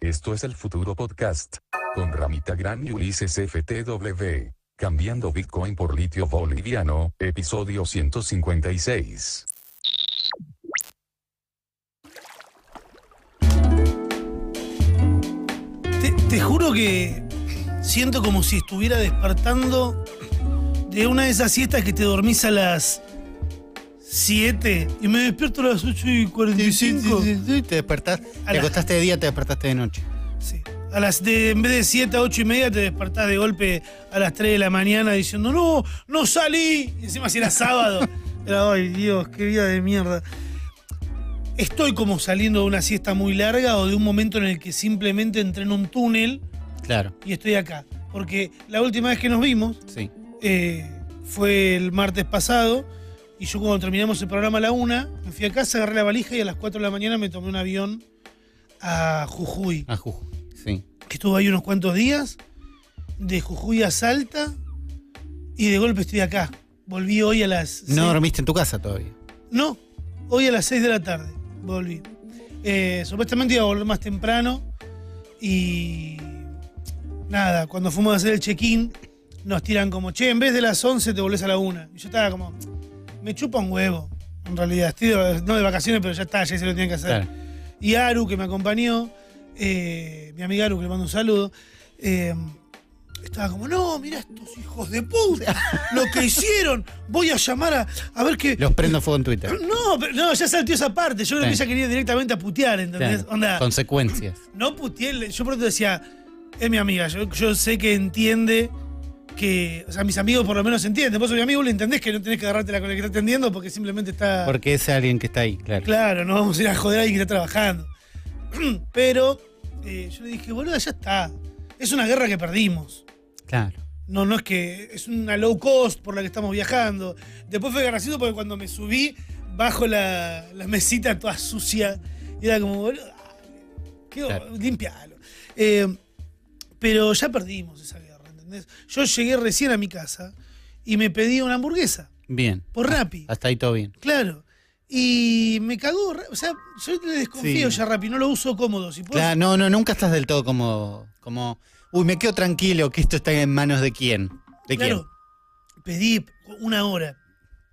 Esto es el futuro podcast. Con Ramita Gran y Ulises FTW. Cambiando Bitcoin por litio boliviano, episodio 156. Te, te juro que siento como si estuviera despertando de una de esas siestas que te dormís a las 7 y me despierto a las 8 y Sí, sí, 45. sí, sí, sí, Te despertás, A te la- acostaste de día, te despertaste de noche. Sí. A las de, en vez de 7 a 8 y media te despertás de golpe a las 3 de la mañana diciendo, no, no salí. Y encima si era sábado. Era, ay Dios, qué vida de mierda. Estoy como saliendo de una siesta muy larga o de un momento en el que simplemente entré en un túnel Claro, y estoy acá. Porque la última vez que nos vimos sí. eh, fue el martes pasado y yo cuando terminamos el programa a la una, me fui a casa, agarré la valija y a las 4 de la mañana me tomé un avión a Jujuy A Jujuy. Sí. que estuve ahí unos cuantos días, de Jujuy a Salta, y de golpe estoy acá. Volví hoy a las... No seis- dormiste en tu casa todavía. no, hoy a las 6 de la tarde volví. Eh, supuestamente iba a volver más temprano y... Nada, cuando fuimos a hacer el check-in, nos tiran como, che, en vez de las 11 te volvés a la 1. Y yo estaba como, me chupa un huevo, en realidad. Estoy de- no de vacaciones, pero ya está, ya se lo tienen que hacer Claro. y Aru, que me acompañó, eh, mi amiga Aru, que le mando un saludo, eh, estaba como, no, mira estos hijos de puta, lo que hicieron, voy a llamar a, a ver qué... Los prendo fuego en Twitter. No, pero- no, ya saltió esa parte, yo creo que Sí. ella quería directamente a putear, ¿entendés? Claro. Onda, Consecuencias. no puteé, yo pronto decía, es mi amiga, yo, yo sé que entiende que, o sea, mis amigos por lo menos entienden, vos sos mi amigo, le entendés que no tenés que agarrarte la con el que está entendiendo porque simplemente está... Porque es alguien que está ahí, claro. Claro, no vamos a ir a joder a alguien que está trabajando. Pero eh, yo le dije, boludo, ya está. Es una guerra que perdimos. Claro. No, no es que. Es una low cost por la que estamos viajando. Después fue gracioso porque cuando me subí, bajo la, la mesita toda sucia. Y era como, boludo, dale, qué- Claro. limpialo. Eh, pero ya perdimos esa guerra, ¿entendés? Yo llegué recién a mi casa y me pedí una hamburguesa Bien. por Rappi. Hasta ahí todo bien. Claro. Y me cagó. Ra- O sea, yo le desconfío Sí. ya Rappi, no lo uso cómodo. Si puedo- Claro, no, no, nunca estás del todo como. como Uy, me quedo tranquilo que esto está en manos de quién. ¿De quién? claro, pedí una hora,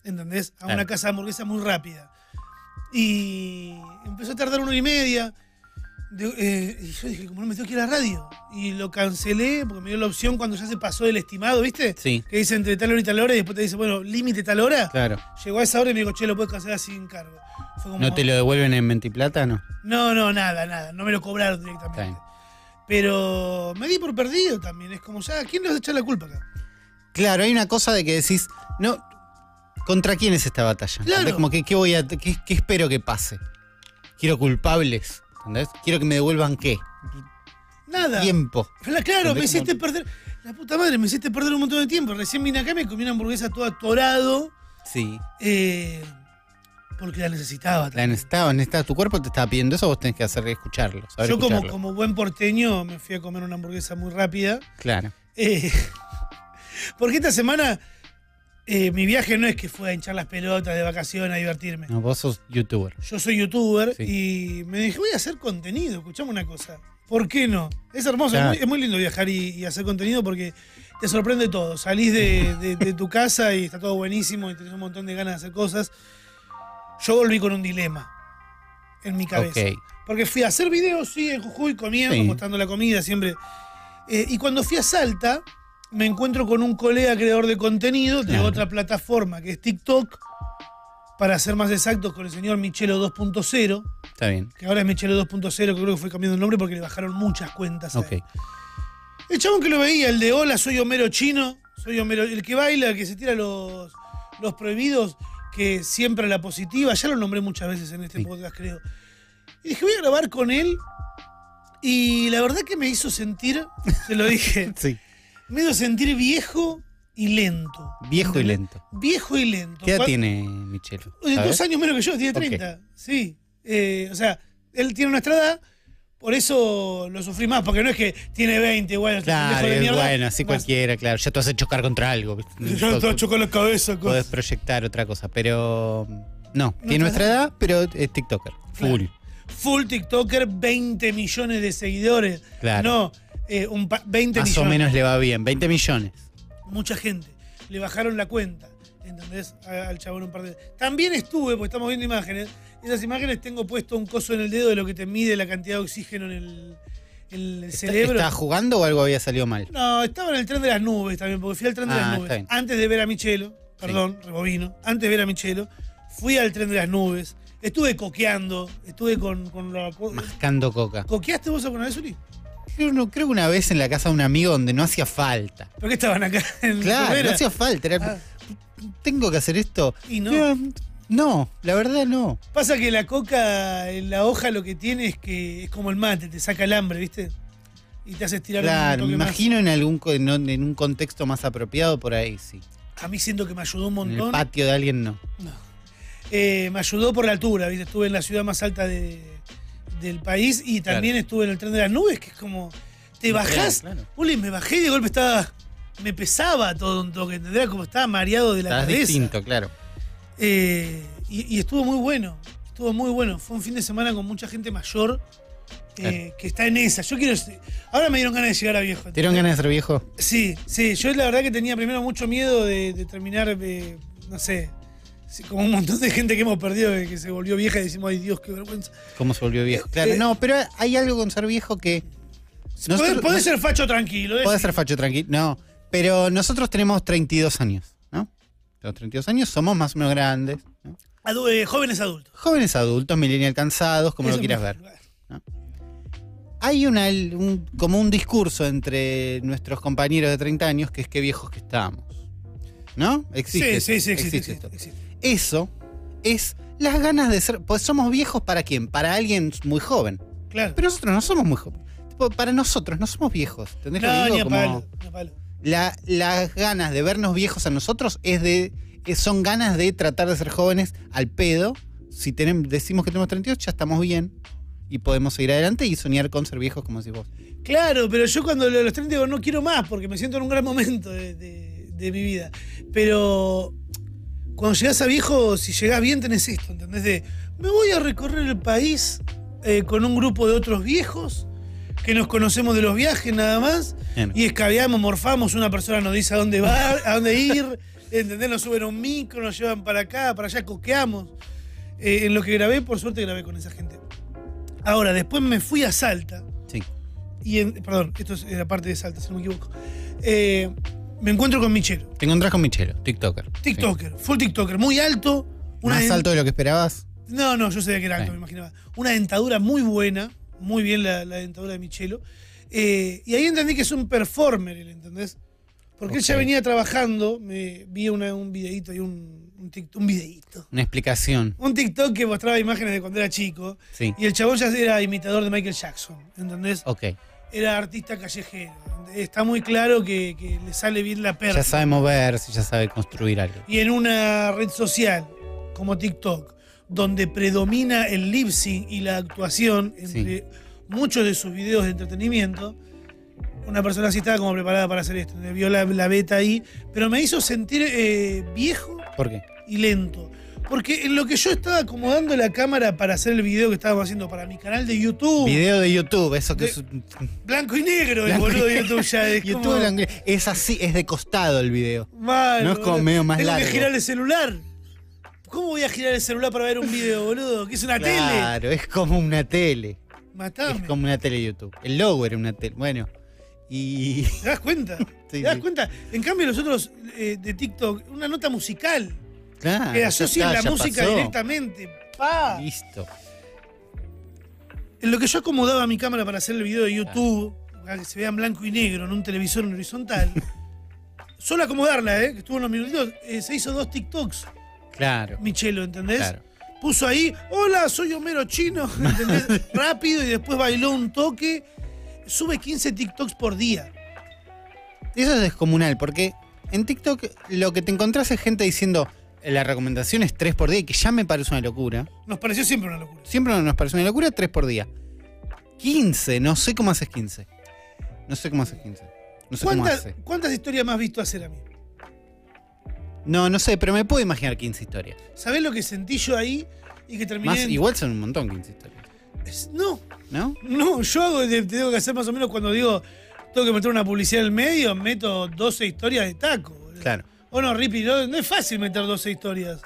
¿entendés? A una Claro. casa de hamburguesa muy rápida. Y empezó a tardar una hora y media. De- eh, y yo dije, como no me tengo que ir a la radio. Y lo cancelé porque me dio la opción cuando ya se pasó el estimado, ¿viste? Sí, Que dice entre tal hora y tal hora y después te dice, bueno, límite tal hora. claro. Llegó a esa hora y me dijo, che, lo puedes cancelar sin cargo. Fue como, ¿No te lo devuelven en Mentiplata? No. No, no, nada, nada. No me lo cobraron directamente. Está bien. Pero me di por perdido también. Es como, ya, ¿a quién les echa la culpa acá? Claro, hay una cosa de que decís, no, ¿contra quién es esta batalla? ¿Entendés? Claro. Como que, ¿qué, voy a, qué, qué espero que pase? Quiero culpables, ¿entendés? Quiero que me devuelvan qué? Nada. Tiempo. Fla- Claro, me ¿Entendés hiciste perder. La puta madre, me hiciste perder un montón de tiempo. Recién vine acá y me comí una hamburguesa todo atorado. Sí. eh, porque la necesitaba. La también. necesitaba, necesitaba, tu cuerpo te estaba pidiendo eso, vos tenés que hacer escucharlo. saber Yo, como, escucharlo. como buen porteño, me fui a comer una hamburguesa muy rápida. Claro. Eh, porque esta semana eh, mi viaje no es que fue a hinchar las pelotas de vacaciones, a divertirme. No, vos sos youtuber. Yo soy youtuber y me dije, voy a hacer contenido, escuchame una cosa. ¿Por qué no? Es hermoso, Claro. es, muy, es muy lindo viajar y, y hacer contenido porque te sorprende todo. Salís de, de- de tu casa y está todo buenísimo y tenés un montón de ganas de hacer cosas. Yo volví con un dilema en mi cabeza. Ok. Porque fui a hacer videos, sí, en Jujuy, comiendo, Sí. mostrando la comida, siempre. Eh, y cuando fui a Salta, me encuentro con un colega creador de contenido de Claro. otra plataforma, que es TikTok, para ser más exactos, con el señor Michelo 2.0, Está bien. que ahora es Michelo 2.0, que creo que fue cambiando el nombre porque le bajaron muchas cuentas. a Ok. él. El chabón que lo veía, el de hola, soy Homero Chino, soy Homero, el que baila, el que se tira los, los prohibidos, que siempre a la positiva, ya lo nombré muchas veces en este Sí. podcast, creo. Y dije, voy a grabar con él. Y la verdad que me hizo sentir, se lo dije, Sí. me hizo sentir viejo y lento. Viejo y lento. Viejo y lento. ¿Qué edad Cuan- tiene Michelo? Oye, ¿Sabés? dos años menos que yo, tiene Ok. 30. Sí. Eh, o sea, él tiene nuestra edad, por eso lo sufrí más, porque no es que tiene 20, bueno, Claro, pendejo de mierda, bueno, así más- cualquiera, claro. Ya te vas a chocar contra algo. ¿viste? Yo te choco la cabeza, cosa. podés proyectar otra cosa, pero mm, no, tiene Nuestra nuestra edad, pero es TikToker, full. full TikToker, 20 millones de seguidores. Claro. No, eh, un pa- 20 Más millones. o menos le va bien. 20 millones. Mucha gente. Le bajaron la cuenta. ¿Entendés? A- Al chabón un par de. También estuve, porque estamos viendo imágenes. Esas imágenes tengo puesto un coso en el dedo de lo que te mide la cantidad de oxígeno en el, en el ¿Está- cerebro. ¿Estaba jugando o algo había salido mal? No, estaba en el tren de las nubes también, porque fui al tren de Ah, las está nubes. bien. Antes de ver a Michelo, perdón, rebobino, antes de ver a Michelo, fui al tren de las nubes, estuve coqueando, estuve con, con la. co- Mm. Mascando coca. ¿Coqueaste vos alguna vez, Uri? Creo, no, creo que una vez en la casa de un amigo donde no hacía falta. ¿Por qué estaban acá en Claro, no Herrera? hacía falta. era- ¿Tengo que hacer esto? Y no. Eh, No, la verdad no. Pasa que la coca, en la hoja lo que tiene es que es como el mate, te saca el hambre, ¿viste? Y te hace estirar Claro, un me toque más. imagino en algún co- en un en un contexto más apropiado por ahí, sí. A mí siento que me ayudó un En el montón. patio de alguien no. Eh, me ayudó por la altura, ¿viste? Estuve en la ciudad más alta de- del país y también estuve en el tren de las nubes, que es como. Te bajás. Claro, claro. Uli, me bajé y de golpe estaba. Me pesaba todo un toque, ¿entendés? Como estaba mareado de la Estás cabeza. distinto, claro. Eh, y, y estuvo muy bueno. Estuvo muy bueno. Fue un fin de semana con mucha gente mayor eh, que está en esa. Yo quiero. Ahora me dieron ganas de llegar a viejo. ¿Te dieron ganas de ser viejo? Sí, sí, yo la verdad que tenía primero mucho miedo de, de terminar, eh, no sé, sí, como un montón de gente que hemos perdido, eh, que se volvió vieja y decimos, ay Dios, qué vergüenza. ¿Cómo se volvió viejo? Claro, Eh, no, pero hay algo con ser viejo que. Podés, nosotros- podés ser facho tranquilo, eh, Podés ser facho tranquilo. No, pero nosotros tenemos 32 años, ¿no? Tenemos 32 años, somos más o menos grandes. ¿no? adu- eh, jóvenes adultos. Jóvenes adultos, millennial cansados, como Eso lo quieras me- ver. Hay una, un- como un discurso entre nuestros compañeros de 30 años que es qué viejos que estamos. ¿No? Sí, Existe. sí, sí, existe, existe, esto. existe. Eso es las ganas de ser. Pues somos viejos para quién? Para alguien muy joven. Claro. Pero nosotros no somos muy jóvenes. Tipo, Para nosotros no somos viejos. ¿Entendés lo que no, digo? ni a este Como- palo, ni a palo. la- las ganas de vernos viejos a nosotros es de es- son ganas de tratar de ser jóvenes al pedo. Si tenem- decimos que tenemos 38, ya estamos bien y podemos seguir adelante y soñar con ser viejos como si vos. Claro, pero yo cuando lo- los 30 digo, no quiero más porque me siento en un gran momento de, de- de mi vida. Pero cuando llegás a viejo, si llegás bien, tenés esto, ¿entendés? De, me voy a recorrer el país eh, con un grupo de otros viejos que nos conocemos de los viajes nada más Bien. y escabeamos, morfamos, una persona nos dice a dónde va, a dónde ir, ¿entendés? Nos suben a un micro, nos llevan para acá, para allá, coqueamos. Eh, en lo que grabé, por suerte grabé con esa gente. Ahora, después me fui a Salta Sí. y en- perdón, esto es la parte de Salta, si no me equivoco. Eh, me encuentro con Michelo, Te encontrás con Michelo, TikToker. TikToker, full TikToker, muy alto. Sí. una Más dent- alto de lo que esperabas. No, no, yo sabía que era alto, Sí. me imaginaba. Una dentadura muy buena, muy bien la, la dentadura de Michelo. Eh, y ahí entendí que es un performer, él, ¿entendés? Porque él ya Ok. venía trabajando, me vi una- un videíto y un, un, tic- un videíto. Una explicación. Un TikTok que mostraba imágenes de cuando era chico. Sí. Y el chabón ya era imitador de Michael Jackson, ¿entendés? Ok. era artista callejero. Está muy claro que, que le sale bien la perra. Ya sabe moverse, ya sabe construir algo. Y en una red social como TikTok, donde predomina el lip sync y la actuación entre muchos de sus videos de entretenimiento, una persona así estaba como preparada para hacer esto. Me Vio la, la beta ahí, pero me hizo sentir eh, viejo ¿Por qué? y lento. Porque en lo que yo estaba acomodando la cámara para hacer el video que estábamos haciendo para mi canal de YouTube, Video de YouTube, eso que Uh. De- es. blanco y negro, Blanco y el boludo de YouTube ya es YouTube como- lo angri- es así, es de costado el video. Mal, No es como boludo. medio más Tengo largo. que girar el celular. ¿Cómo voy a girar el celular para ver un video, boludo? Que es una claro, es como una tele. tele. Matame. Es como una tele de YouTube. El logo era una tele. Bueno, y. ¿Te das cuenta? ¿Te Sí, das sí. cuenta? En cambio, nosotros eh, de TikTok, una nota musical. Claro. que Ah, ya asocian está, la ya música pasó. directamente. Pa. Listo. En lo que yo acomodaba mi cámara para hacer el video de YouTube, para que se vea en blanco y negro en un televisor en horizontal, solo acomodarla, ¿eh? que estuvo unos minutitos, eh, se hizo dos TikToks, Claro. Michelo, ¿entendés? Claro. puso ahí, hola, soy Homero Chino, ¿entendés? rápido y después bailó un toque. Sube 15 TikToks por día. Eso es descomunal, porque en TikTok lo que te encontrás es gente diciendo. La recomendación es 3 por día, que ya me parece una locura. Nos pareció siempre una locura. Siempre nos parece una locura, 3 por día. 15, no sé cómo haces 15. No sé cómo haces 15. No sé cómo ¿Cuántas, hace. cuántas historias más has visto hacer a mí? No, no sé, pero me puedo imaginar 15 historias. ¿Sabés lo que sentí yo ahí? Y que terminé. Más, en- igual son un montón 15 historias. Es- no, ¿no? no, yo hago, te- te tengo que hacer más o menos cuando digo, tengo que meter una publicidad en el medio, meto 12 historias de taco. boludo. Claro. O no, Rippy, no, no es fácil meter 12 historias.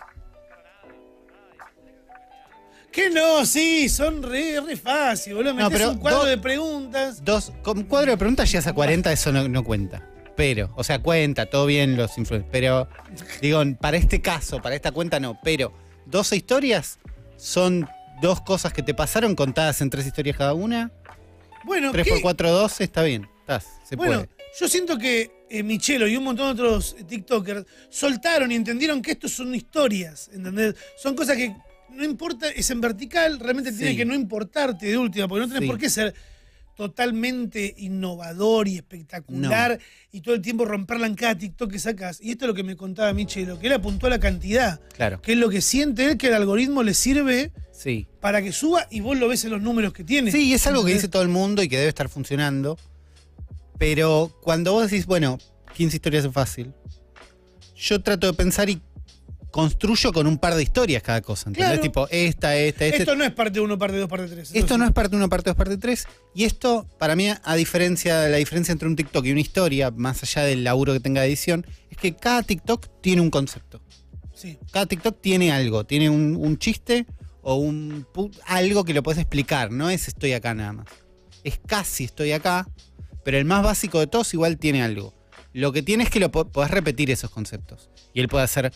Que no, sí, son re, re fácil, boludo. No, Metés pero un cuadro do- de preguntas. Dos, con cuadro de preguntas llegas a 40, eso no, no cuenta. Pero, o sea, cuenta, todo bien los influencers. Pero, digo, para este caso, para esta cuenta no. Pero, 12 historias son dos cosas que te pasaron contadas en tres historias cada una. Bueno, 3 ¿qué? por 4, 12, está bien. Estás, se bueno, puede. yo siento que eh, Michelo y un montón de otros TikTokers soltaron y entendieron que estos son historias, ¿entendés? Son cosas que no importa, es en vertical, realmente tiene Sí. que no importarte de última, porque no tenés Sí. por qué ser totalmente innovador y espectacular y todo el tiempo romperla en cada TikTok que sacas. Y esto es lo que me contaba Michelo, que él apuntó a la cantidad, Claro. que es lo que siente él que el algoritmo le sirve Sí. para que suba y vos lo ves en los números que tiene. Sí, es algo que ¿Entendés? dice todo el mundo y que debe estar funcionando. Pero cuando vos decís, bueno, 15 historias es fácil, yo trato de pensar y construyo con un par de historias cada cosa. ¿Entendés? Claro. Tipo, esta, esta, esta. Esto no es parte 1, parte 2, parte 3. este Esto no es parte 1, parte 2, parte 3. Y esto, para mí, a diferencia, la diferencia entre un TikTok y una historia, más allá del laburo que tenga de edición, es que cada TikTok tiene un concepto. Sí. Cada TikTok tiene algo, tiene un, un chiste o un pu- algo que lo puedes explicar, no es estoy acá nada más. Es casi estoy acá, pero el más básico de todos igual tiene algo. Lo que tiene es que lo po- podés repetir esos conceptos. Y él puede hacer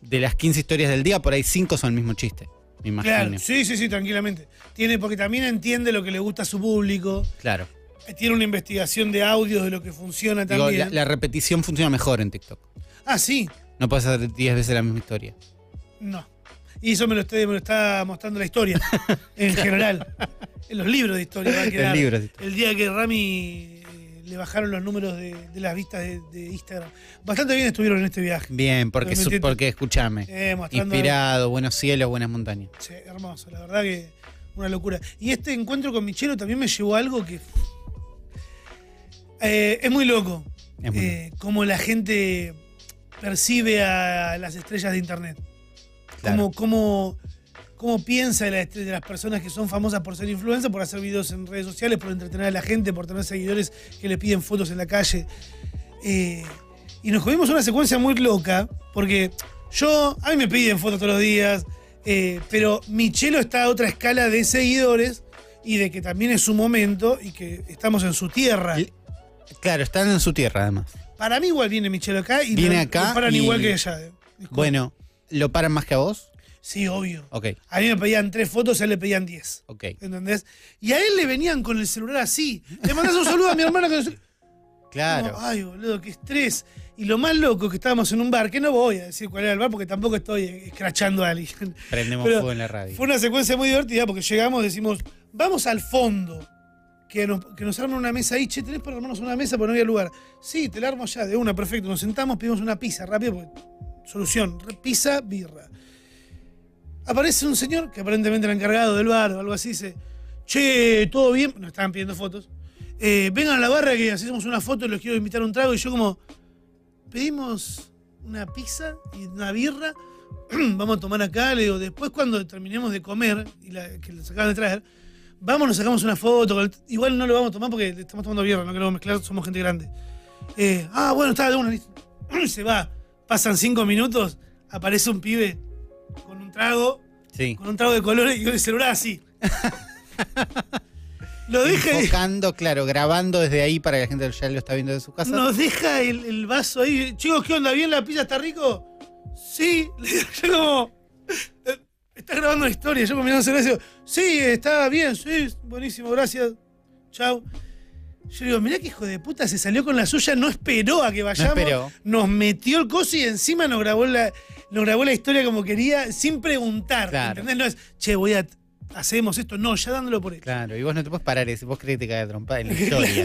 de las 15 historias del día, por ahí 5 son el mismo chiste, me imagino. Claro, sí, sí, sí, tranquilamente. Tiene, porque también entiende lo que le gusta a su público. claro. Eh, Tiene una investigación de audios de lo que funciona Digo, también. la, la repetición funciona mejor en TikTok. Ah, sí, No puedes hacer 10 veces la misma historia. no. Y eso me lo, está- me lo está mostrando la historia, en general. En los libros de historia va a quedar. El libro. así. El día que Rami eh, le bajaron los números de, de las vistas de, de Instagram. Bastante bien estuvieron en este viaje. Bien, porque, su- 2023. porque escúchame. Eh, mostrando Inspirado, buenos cielos, buenas montañas. Sí, hermoso, la verdad que una locura. Y este encuentro con Michelo también me llevó a algo que Eh, es muy loco. Es muy eh, Cómo la gente percibe a las estrellas de internet. Claro. Cómo, cómo, cómo piensa de, la estre- de las personas que son famosas por ser influencers, por hacer videos en redes sociales, por entretener a la gente, por tener seguidores que le piden fotos en la calle. Eh, y nos comimos una secuencia muy loca, porque yo, a mí me piden fotos todos los días, eh, pero Michelo está a otra escala de seguidores y de que también es su momento y que estamos en su tierra. Y- Claro, están en su tierra además. Para mí igual viene Michelo acá y Viene no- acá no paran y- igual que ella. eh. Disculpa. Bueno, ¿lo paran más que a vos? Sí, obvio. Ok, A mí me pedían tres fotos, a él le pedían diez. ok. ¿Entendés? Y a él le venían con el celular así. Le mandás un saludo a mi hermana con el celu- Claro. Como, Ay, boludo, qué estrés. Y lo más loco que estábamos en un bar, que no voy a decir cuál era el bar porque tampoco estoy eh, escrachando a alguien. Prendemos pero fuego en la radio. Fue una secuencia muy divertida porque llegamos, decimos, vamos al fondo. Que nos, que nos armen una mesa ahí, che, tenés para armarnos una mesa porque no había lugar. Sí, te la armo ya, de una, perfecto. Nos sentamos, pedimos una pizza rápido, porque- solución, re- pizza, birra. Aparece un señor que aparentemente era encargado del bar o algo así, dice, che, todo bien, nos estaban pidiendo fotos. Eh, vengan a la barra que hacemos una foto y los quiero invitar a un trago. Y yo como, pedimos una pizza y una birra, vamos a tomar acá, le digo, después cuando terminemos de comer, y la, que nos acaban de traer, vamos, nos sacamos una foto, con el- igual no lo vamos a tomar porque le estamos tomando birra, no queremos mezclar, somos gente grande. Eh, ah, bueno, está de una, listo. se va, pasan cinco minutos, aparece un pibe con un trago, Sí. con un trago de colores y con el celular así. lo deja, Enfocando, claro, grabando desde ahí para que la gente ya lo está viendo de su casa. nos deja el, el vaso ahí. Chicos, ¿qué onda? ¿Bien la pizza? ¿Está rico? Sí. Yo como... eh, Estás grabando una historia. Yo mirando el digo, sí, está bien, sí, buenísimo, gracias. Chau. Yo digo, mirá que hijo de puta se salió con la suya, no esperó a que no vayamos. esperó. Nos metió el coso y encima nos grabó la, nos grabó la historia como quería, sin preguntar. Claro. ¿Entendés? No es, che, voy a. Hacemos esto. No, ya dándolo por hecho. Claro, y vos no te puedes parar ese. Vos crees que te cae a trompada en la historia.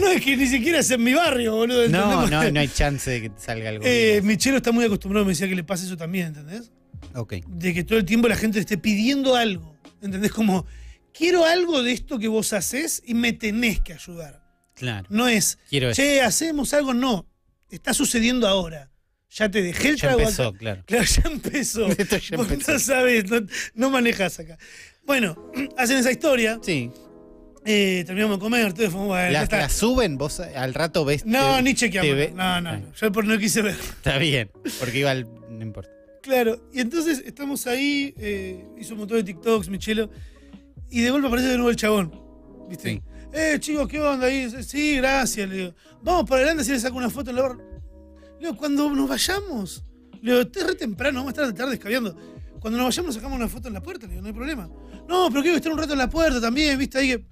no es que ni siquiera es en mi barrio, boludo. ¿entendés? No, no, Porque- no hay chance de que te salga algo. Eh, bien. Michelo está muy acostumbrado, me decía que le pasa eso también, ¿entendés? ok. De que todo el tiempo la gente le esté pidiendo algo, ¿entendés? Como, quiero algo de esto que vos haces y me tenés que ayudar. Claro. No es, Quiero eso. che, hacemos algo, no. Está sucediendo ahora. Ya te dejé el Ya trago empezó, acá. claro. Claro, ya empezó. Esto ya Vos empezó. no sabés, no, no manejás acá. Bueno, hacen esa historia. Sí. eh, terminamos de comer, todo y fue, bueno, ya La, está. la suben, vos al rato ves. No, te- ni te chequeamos. ve- Ah, No, no, no. Yo por no quise ver. Está bien, porque iba al. No importa. Claro, y entonces estamos ahí, eh, hizo un montón de TikToks, Michelo, y de golpe aparece de nuevo el chabón. ¿Viste? Sí. Eh, chicos, ¿qué onda? ahí? Dice, sí, gracias. Le digo, vamos para adelante si le saco una foto en la barra. Le digo, cuando nos vayamos. Le digo, es re temprano, vamos a estar de tarde escabeando. Cuando nos vayamos sacamos una foto en la puerta, le digo, no hay problema. No, pero quiero estar un rato en la puerta también, ¿viste? Ahí que.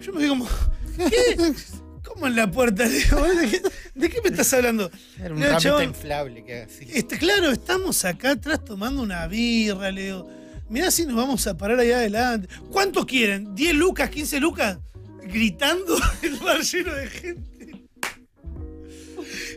Yo me quedé como. ¿Qué? ¿Cómo en la puerta? Le digo, ¿de qué, de qué me estás hablando? Era un un No, ramita chabón. inflable que así. Este, claro, estamos acá atrás tomando una birra, le digo. Mirá si nos vamos a parar allá adelante. ¿Cuántos quieren? ¿10 lucas? ¿15 lucas? Gritando el bar lleno de gente.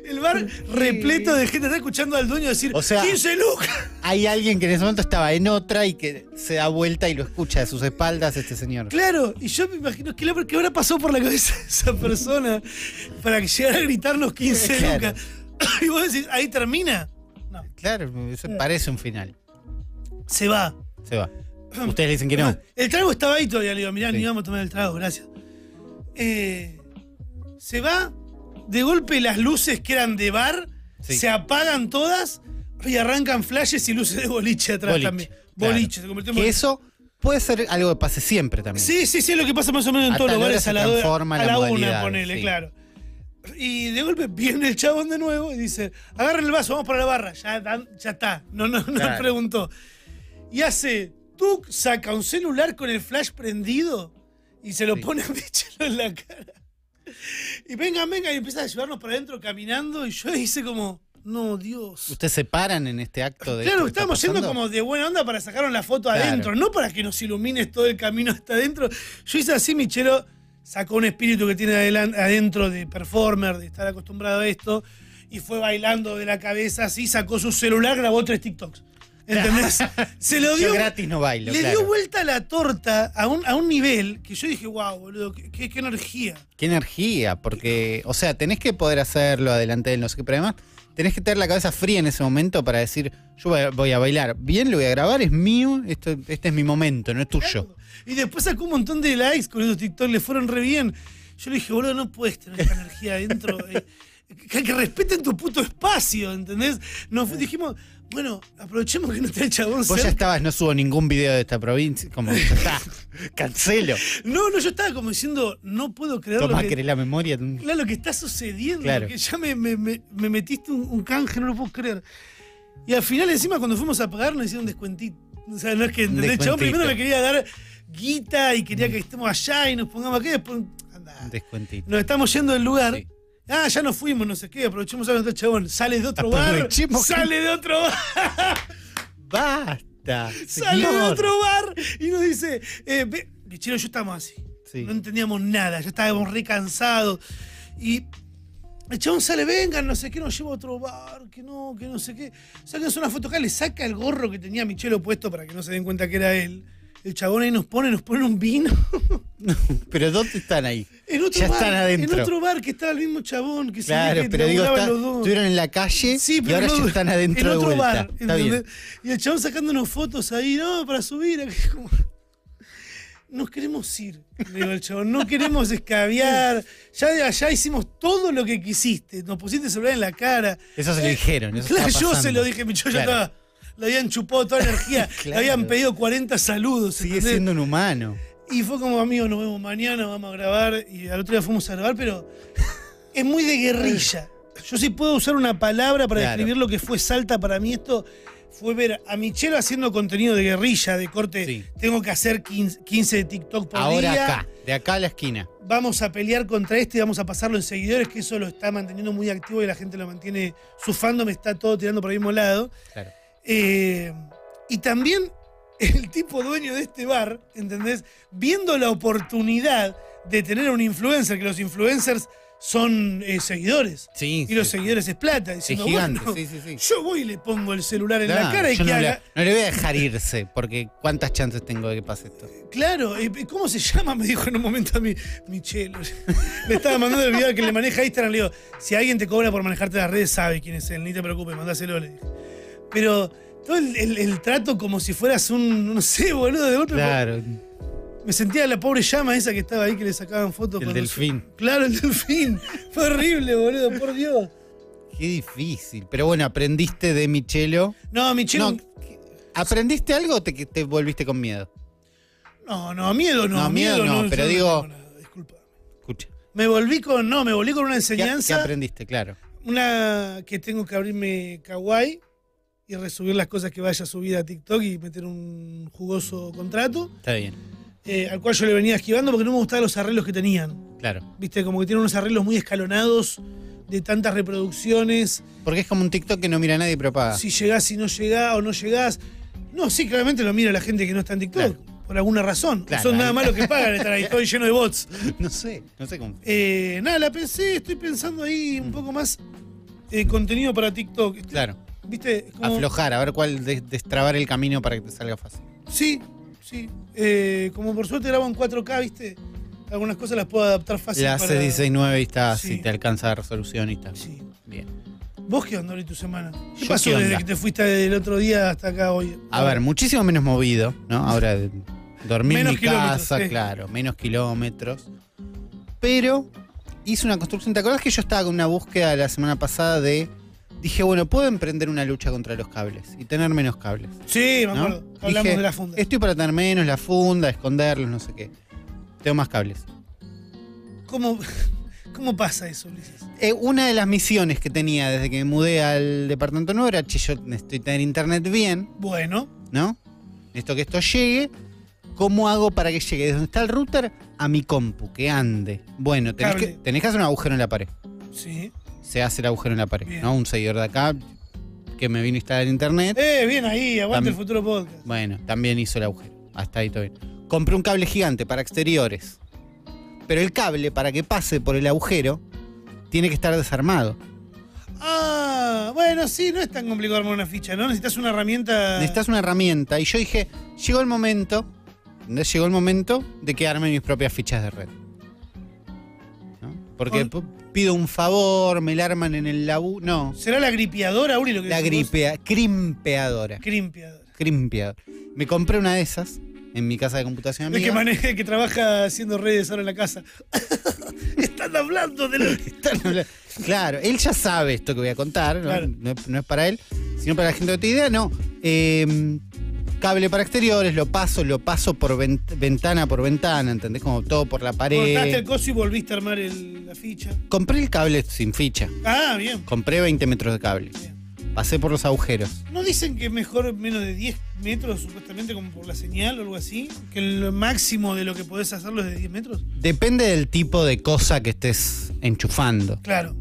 El bar repleto de gente. Está escuchando al dueño decir O sea- 15 lucas. Hay alguien que en ese momento estaba en otra y que se da vuelta y lo escucha de sus espaldas este señor. Claro, y yo me imagino que la que habrá pasado por la cabeza de esa persona para que llegara a gritar los 15 Claro. lucas. Y vos decís, ahí termina. No, Claro, eso Mm. parece un final. se va. Se va. Mm. Ustedes le dicen que no. Ah, El trago estaba ahí todavía, le digo, mirá, Sí. ni vamos a tomar el trago, gracias. Eh, se va, de golpe las luces que eran de bar Sí. se apagan todas y arrancan flashes y luces de boliche atrás Boliche, también. claro. Boliche, se convirtió en Que boliche. eso puede ser algo que pase siempre también. Sí, sí, sí, es lo que pasa más o menos en A todos los tal hora bares se a la, do- transforma a la la una, modalidad, ponele, sí. claro. Y de golpe viene el chabón de nuevo y dice, agarren el vaso, vamos para la barra. Ya, dan- ya está, no, no, no Claro. preguntó. Y hace, tú saca un celular con el flash prendido y se lo Sí. pone a Michelo en la cara. Y venga, venga, y empieza a llevarnos para adentro caminando y yo hice como, no, Dios. Ustedes se paran en este acto de. Claro, esto que está estábamos yendo pasando? como de buena onda para sacarnos la foto Claro. adentro, no para que nos ilumines todo el camino hasta adentro. Yo hice así, Michelo sacó un espíritu que tiene adelan- adentro de performer, de estar acostumbrado a esto, y fue bailando de la cabeza así, sacó su celular, grabó tres TikToks. ¿Entendés? Se lo Yo dio. gratis no bailo. Le claro. dio vuelta la torta a un, a un nivel que yo dije, wow, boludo, qué, qué- qué energía. Qué energía, porque, o sea, tenés que poder hacerlo adelante del no sé qué, pero además tenés que tener la cabeza fría en ese momento para decir, yo voy a, voy a bailar bien, lo voy a grabar, es mío, esto, este es mi momento, no es tuyo. Y después sacó un montón de likes con esos TikTok, le fueron re bien. Yo le dije, boludo, no puedes tener esta energía adentro. eh, que, que respeten tu puto espacio, ¿entendés? Nos fu- dijimos, bueno, aprovechemos que no está el chabón Vos ya cerca. estabas, no subo ningún video de esta provincia, como ya está, cancelo. No, no, yo estaba como diciendo, no puedo creer lo Tomás, que, querés la memoria. claro, lo que está sucediendo. Claro. Que ya me, me- me- me metiste un, un canje, no lo puedo creer. Y al final, encima, cuando fuimos a pagar, nos hicieron un descuentito. O sea, no es que, ¿entendés? El chabón descuentito. primero me quería dar guita y quería que estemos allá y nos pongamos acá y después, andá. Descuentito. nos estamos yendo del lugar. Sí. Ah, ya nos fuimos, no sé qué, aprovechemos a nuestro chabón. Sale de otro bar. Aprovechemos que- Sale de otro bar. Basta. Sale de señor. otro bar. Y nos dice, eh, ve- Bichero, yo estamos así. Sí. No entendíamos nada, ya estábamos re cansados. Y el chabón sale, vengan, no sé qué, nos lleva a otro bar, que no, que no sé qué. Sáquense una foto acá, le saca el gorro que tenía Michelo puesto para que no se den cuenta que era él. El chabón ahí nos pone, nos pone un vino. Pero ¿dónde están ahí? En otro Ya bar, están adentro. En otro bar que estaba el mismo chabón que se Claro, que pero digo, laburaban está- los dos. estuvieron en la calle Sí, pero y ahora no- ya están adentro en de otro vuelta. bar, Está bien. ¿entendés? Y el chabón sacándonos fotos ahí, no, para subir. acá, como- Nos queremos ir, le digo al chabón, no queremos escabiar. Ya de allá hicimos todo lo que quisiste. Nos pusiste el celular en la cara. Eso se lo Eh, dijeron. eso Claro, estaba yo se pasando. lo dije, yo ya Claro. estaba. Le habían chupado toda la energía, le Claro. habían pedido 40 saludos. Sigue ¿entendés? siendo un humano. Y fue como, amigo, nos vemos mañana, vamos a grabar. Y al otro día fuimos a grabar, pero es muy de guerrilla. Yo sí puedo usar una palabra para Claro. describir lo que fue Salta para mí. Esto fue ver a Michelo haciendo contenido de guerrilla, de corte. Sí. Tengo que hacer 15, 15 de TikTok por Ahora día. acá, de acá a la esquina. Vamos a pelear contra este y vamos a pasarlo en seguidores, que eso lo está manteniendo muy activo y la gente lo mantiene. Su fandom está todo tirando por el mismo lado. Claro. Eh, y también el tipo dueño de este bar, ¿entendés? Viendo la oportunidad de tener un influencer, que los influencers son eh, seguidores. Sí. Y los sí. seguidores es plata. Sí, Diciendo, gigante. bueno, Sí, sí, sí. yo voy y le pongo el celular en la Claro, cara y yo que no, haga. le, no le voy a dejar irse, porque cuántas chances tengo de que pase esto. Claro, eh, ¿cómo se llama? Me dijo en un momento a mí, Michelo. Me estaba mandando el video que le maneja Instagram. Le digo, si alguien te cobra por manejarte las redes, sabe quién es él, ni te preocupes, mandáselo. Le dije. Pero todo el, el- el trato como si fueras un, no sé, boludo, de otro. Claro, Me sentía la pobre llama esa que estaba ahí que le sacaban fotos. el cuando- delfín. Claro, el delfín. Fue horrible, boludo, por Dios. Qué difícil. Pero bueno, aprendiste de Michelo. No, Michelle. No, No, ¿Aprendiste algo o te, te volviste con miedo? no, miedo no. No, miedo no, yo pero tengo digo- nada, disculpa. Escucha. Me volví con. No, me volví con una ¿Qué, qué enseñanza. aprendiste? Claro. una que tengo que abrirme Kawaii y resubir las cosas que vaya a subir a TikTok y meter un jugoso contrato. Está bien. eh, al cual yo le venía esquivando porque no me gustaban los arreglos que tenían. Claro. Viste, como que tienen unos arreglos muy escalonados de tantas reproducciones. Porque es como un TikTok que no mira a nadie pero paga. si llegás, si no llegás o no llegás. No, sí, claramente lo mira la gente que no está en TikTok, por alguna razón. Claro. Son nada más los que pagan estar ahí, todo lleno de bots. No sé, no sé cómo. Eh, nada, la pensé, estoy pensando ahí un poco más eh, contenido para TikTok. Este, Claro. ¿Viste? Es como- Aflojar, a ver cuál des- destrabar el camino para que te salga fácil. Sí, sí. Eh, como por suerte grabo en 4K, ¿viste? Algunas cosas las puedo adaptar fácil. La para- haces 19 y está, Sí. si te alcanza la resolución y está. Sí. Bien. ¿Vos qué onda hoy tu semana? ¿Qué Yo pasó qué desde onda. que te fuiste del otro día hasta acá hoy? A ver, muchísimo menos movido, ¿no? Ahora de- dormir Menos en mi kilómetros, casa, sí. claro, menos kilómetros. Pero hice una construcción. ¿Te acordás que yo estaba con una búsqueda la semana pasada de. Dije, bueno, puedo emprender una lucha contra los cables y tener menos cables. Sí, me ¿no? acuerdo. Hablamos Dije, de la funda. Estoy para tener menos, la funda, esconderlos, no sé qué. Tengo más cables. ¿Cómo, ¿Cómo pasa eso, Ulises? Eh, una de las misiones que tenía desde que me mudé al departamento nuevo era, che, yo necesito tener internet bien, Bueno, ¿no? Necesito que esto llegue. ¿Cómo hago para que llegue? Desde donde está el router a mi compu, que ande. Bueno, tenés que, Cable. tenés que hacer un agujero en la pared. sí. Se hace el agujero en la pared, Bien. ¿no? Un seguidor de acá que me vino a instalar internet. Eh, bien ahí, aguante Tam- el futuro podcast. Bueno, también hizo el agujero. Hasta ahí todo bien. Compré un cable gigante para exteriores. Pero el cable, para que pase por el agujero, tiene que estar desarmado. Ah, bueno, sí, no es tan complicado armar una ficha, ¿no? Necesitas una herramienta. Necesitas una herramienta. Y yo dije, llegó el momento, ¿entendés? llegó el momento de quedarme mis propias fichas de red. ¿No? Porque p- pido un favor, me la arman en el labu. No, ¿Será la gripeadora, Uri, lo que la decís vos? gripea, crimpeadora. Grimpeadora. Crimpeadora. Me compré una de esas en mi casa de computación El que amiga. maneja, que trabaja haciendo redes ahora en la casa. Están hablando de lo que. Están habla- claro, él ya sabe esto que voy a contar, ¿no? Claro. No es- no es para él, sino para la gente de otra idea, no. Eh, cable para exteriores, lo paso, lo paso por vent- ventana por ventana, ¿entendés? Como todo por la Cortaste el pared. coso y volviste a armar el- la ficha. Compré el cable sin ficha, Ah, bien. compré 20 metros de cable, bien. pasé por los agujeros. ¿No dicen que es mejor menos de 10 metros, supuestamente, como por la señal o algo así? Que el máximo de lo que podés hacerlo es de 10 metros. Depende del tipo de cosa que estés enchufando. Claro.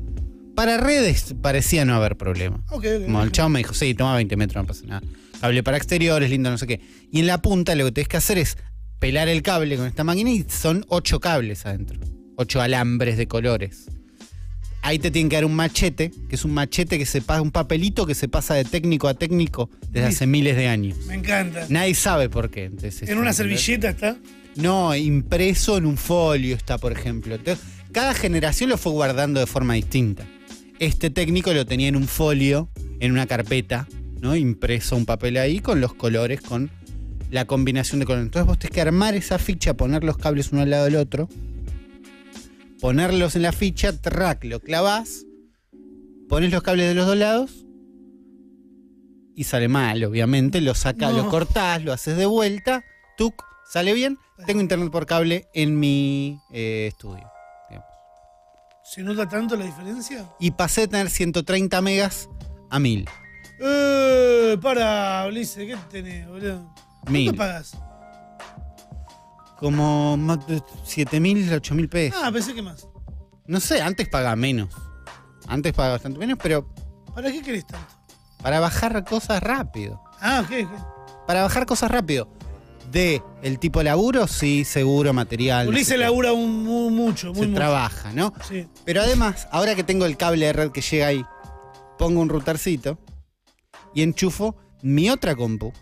Para redes parecía no haber problema. Ok, ok, Como el ok. chavo me dijo, sí, toma 20 metros, no pasa nada. Cable para exteriores, lindo, no sé qué. Y en la punta lo que tenés que hacer es pelar el cable con esta máquina y son ocho cables adentro. Ocho alambres de colores. Ahí te tienen que dar un machete, que es un machete que se pasa, un papelito que se pasa de técnico a técnico desde Sí. hace miles de años. Me encanta. Nadie sabe por qué. entonces, En una ¿entendés? servilleta está. No, impreso en un folio está, por ejemplo. Te- Cada generación lo fue guardando de forma distinta. Este técnico lo tenía en un folio, en una carpeta, ¿no? Impreso un papel ahí con los colores, con la combinación de colores. Entonces vos tenés que armar esa ficha, poner los cables uno al lado del otro, ponerlos en la ficha, track, lo clavás, pones los cables de los dos lados y sale mal, obviamente. Lo sacás, No. lo cortás, lo haces de vuelta, tuc, sale bien. Tengo internet por cable en mi eh, estudio. ¿Se nota tanto la diferencia? Y pasé de tener 130 megas a 1000. Eh, para, Ulises, ¿qué tenés, boludo? ¿Cuánto Mil. pagas? Como más de 7000, 8000 pesos. Ah, pensé que más. No sé, antes pagaba menos. Antes pagaba bastante menos, pero ¿Para qué querés tanto? para bajar cosas rápido. Ah, ¿qué? qué? Para bajar cosas rápido. De el tipo laburo, sí, seguro, material. no sé Ulises qué. labura un, mu- mucho, Se muy mucho. trabaja, ¿no? Sí. Pero además, ahora que tengo el cable de red que llega ahí, pongo un routercito y enchufo mi otra compu.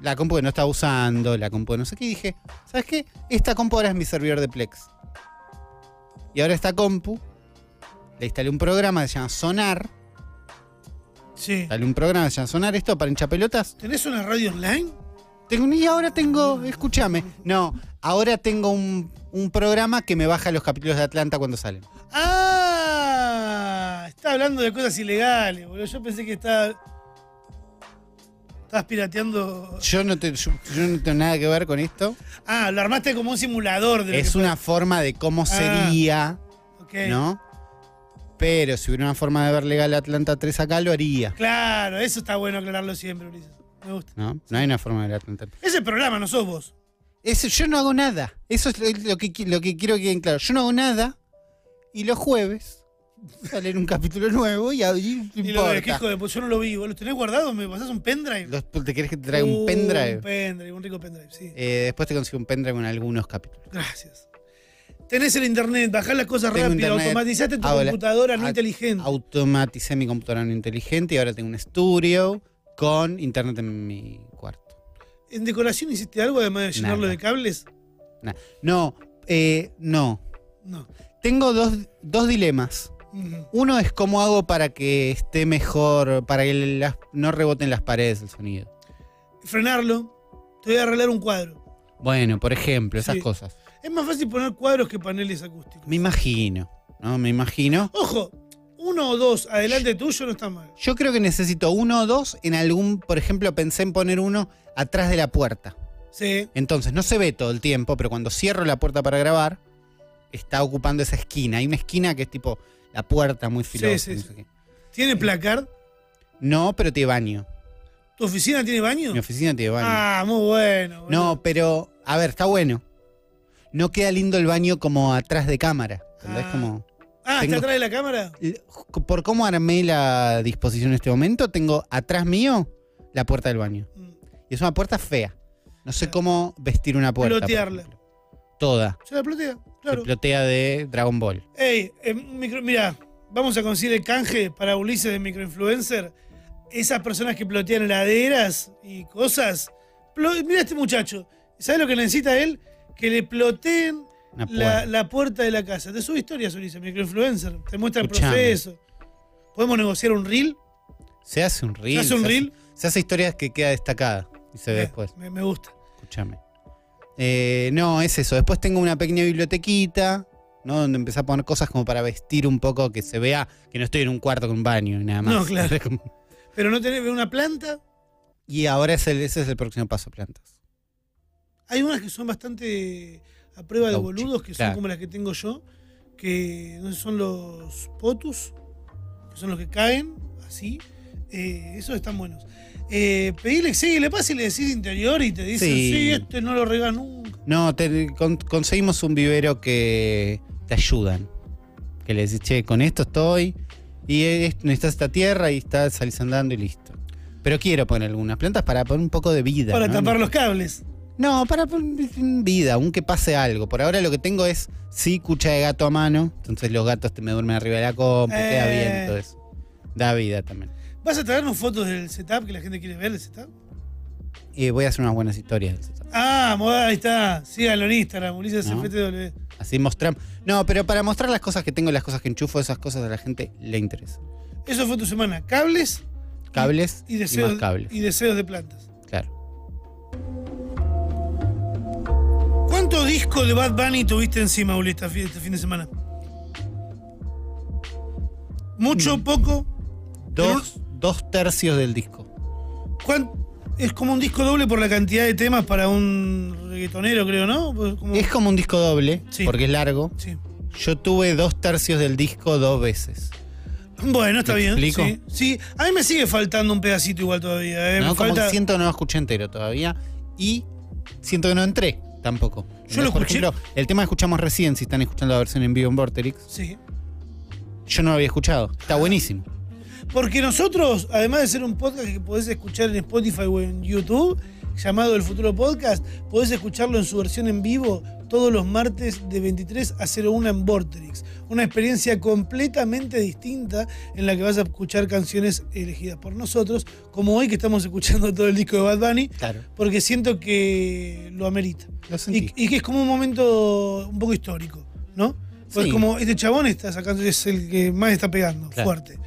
La compu que no estaba usando, la compu de no sé qué. Y dije, ¿sabes qué? Esta compu ahora es mi servidor de Plex. Y ahora esta compu, le instalé un programa que se llama Sonar. Sí. Sale un programa, ya sonar esto para hinchapelotas. ¿Tenés una radio online? Tengo, y ahora tengo, escúchame. No, ahora tengo un, un programa que me baja los capítulos de Atlanta cuando salen. ¡Ah! Está hablando de cosas ilegales, boludo. Yo pensé que estaba. Estabas pirateando. Yo no, te- yo- yo no tengo nada que ver con esto. Ah, lo armaste como un simulador de. lo Es que una forma de cómo sería, fue. Ok. ¿no? Pero si hubiera una forma de ver legal Atlanta 3 acá, lo haría. Claro, eso está bueno aclararlo siempre, Ulises. Me gusta. ¿No? No hay una forma de ver Atlanta 3. Ese programa no sos vos. Eso, yo no hago nada. Eso es lo, lo que, qui- lo que quiero que queden claro. Yo no hago nada y los jueves salen un capítulo nuevo y ahí no Y lo de, ¿qué importa. hijo de, pues yo no lo vi, ¿vos los tenés guardados? ¿Me pasás un pendrive? Los- ¿Te querés que te traiga Uh, un pendrive? Un pendrive, un rico pendrive, sí. Eh, después te consigo un pendrive con algunos capítulos. Gracias. Tenés el internet, bajás las cosas Tengo rápido, internet. automatizaste tu Ahora, computadora no a- inteligente. Automaticé mi computadora no inteligente y ahora tengo un estudio con internet en mi cuarto. ¿En decoración hiciste algo además de llenarlo Nada. de cables? No, eh, no. No. Tengo dos, dos dilemas. Ujú. Uno es cómo hago para que esté mejor, para que las- no reboten las paredes el sonido. Frenarlo, te voy a arreglar un cuadro. Bueno, por ejemplo, esas Sí. cosas. Es más fácil poner cuadros que paneles acústicos. Me imagino, ¿no? Me imagino. Ojo, uno o dos adelante tuyo no está mal. Yo creo que necesito uno o dos en algún, por ejemplo, pensé en poner uno atrás de la puerta. Sí. Entonces no se ve todo el tiempo, pero cuando cierro la puerta para grabar, está ocupando esa esquina. Hay una esquina que es tipo la puerta muy filosa. sí, no, sí. sé qué. ¿Tiene placard? No, pero tiene baño. ¿Tu oficina tiene baño? Mi oficina tiene baño. Ah, muy bueno. boludo. no, pero, a ver, está bueno. No queda lindo el baño como atrás de cámara. ¿entendés? Ah. Como, Ah, tengo- ¿está atrás de la cámara? l- por cómo armé la disposición en este momento, tengo atrás mío la puerta del baño. Mm. Y es una puerta fea. No sé Claro. cómo vestir una puerta. por Plotearla. ejemplo. Toda. Se la plotea, claro. Se plotea de Dragon Ball. Ey, eh, micro- mirá, vamos a conseguir el canje para Ulises de microinfluencer. Esas personas que plotean heladeras y cosas. Plo- Mira este muchacho. ¿Sabes lo que necesita él? Que le ploteen la, Una puerta. la puerta de la casa. Te sube historias, Ulises, microinfluencer. Te muestra el Escuchame. proceso. ¿Podemos negociar un reel? Se hace un reel. ¿Se hace un reel? se hace historias que queda destacada y se ve Eh, después. Me, me gusta. Escúchame. Eh, no, es eso. Después tengo una pequeña bibliotequita, ¿no? Donde empecé a poner cosas como para vestir un poco, que se vea que no estoy en un cuarto con baño y nada No, más. claro. Pero no tenés una planta. y ahora es el- ese es el próximo paso, plantas. Hay unas que son bastante a prueba de Gaucho, boludos, que son claro. como las que tengo yo, que no sé, son los potus, que son los que caen, así. Eh, esos están buenos. Eh, pedile, sí, le pasa y le decís interior y te dicen, sí, Sí. este no lo rega nunca. No, te- con- conseguimos un vivero que te ayudan. Que le decís, che, con esto estoy. Y es- necesitas esta tierra y estás salís andando y listo. Pero quiero poner algunas plantas para poner un poco de vida. Para ¿no? tapar los cables. No, para mm, vida, aunque pase algo. Por ahora lo que tengo es, sí, cucha de gato a mano. Entonces los gatos te me duermen arriba de la compu, queda Eh. bien todo eso. Da vida también. ¿Vas a traernos fotos del setup que la gente quiere ver el setup? Eh, voy a hacer unas buenas historias. del setup. Ah, moda, ahí está. Síganlo en Instagram, Ulises No. FTW. Así mostramos. No, pero para mostrar las cosas que tengo, las cosas que enchufo, esas cosas a la gente le interesa. Eso fue tu semana. Cables Cables y, y deseos, más cables. y deseos de plantas. Claro. ¿Cuánto disco de Bad Bunny tuviste encima, Uli, esta fi- este fin de semana? ¿Mucho? Mm. ¿Poco? Dos, dos tercios del disco. ¿Cuán- Es como un disco doble por la cantidad de temas para un reggaetonero, creo, ¿no? Pues como- Es como un disco doble, Sí. porque es largo. Sí. Yo tuve dos tercios del disco dos veces. Bueno, está ¿Me bien. explico? Sí, sí. A mí me sigue faltando un pedacito igual todavía. eh, ¿no? me Como falta- que siento que no lo escuché entero todavía. Y siento que no entré tampoco. Yo lo Por escuché- ejemplo, el tema que escuchamos recién, si están escuchando la versión en vivo en Vorterix, Sí. yo no lo había escuchado. Ah. Está buenísimo. Porque nosotros, además de ser un podcast que podés escuchar en Spotify o en YouTube, llamado El Futuro Podcast, podés escucharlo en su versión en vivo todos los martes de 23 a 01 en Vortex. Una experiencia completamente distinta en la que vas a escuchar canciones elegidas por nosotros, como hoy que estamos escuchando todo el disco de Bad Bunny, Claro. porque siento que lo amerita. Lo sentí. Y, y que es como un momento un poco histórico, ¿no? Pues Sí. como este chabón está sacando, es el que más está pegando, Claro. fuerte.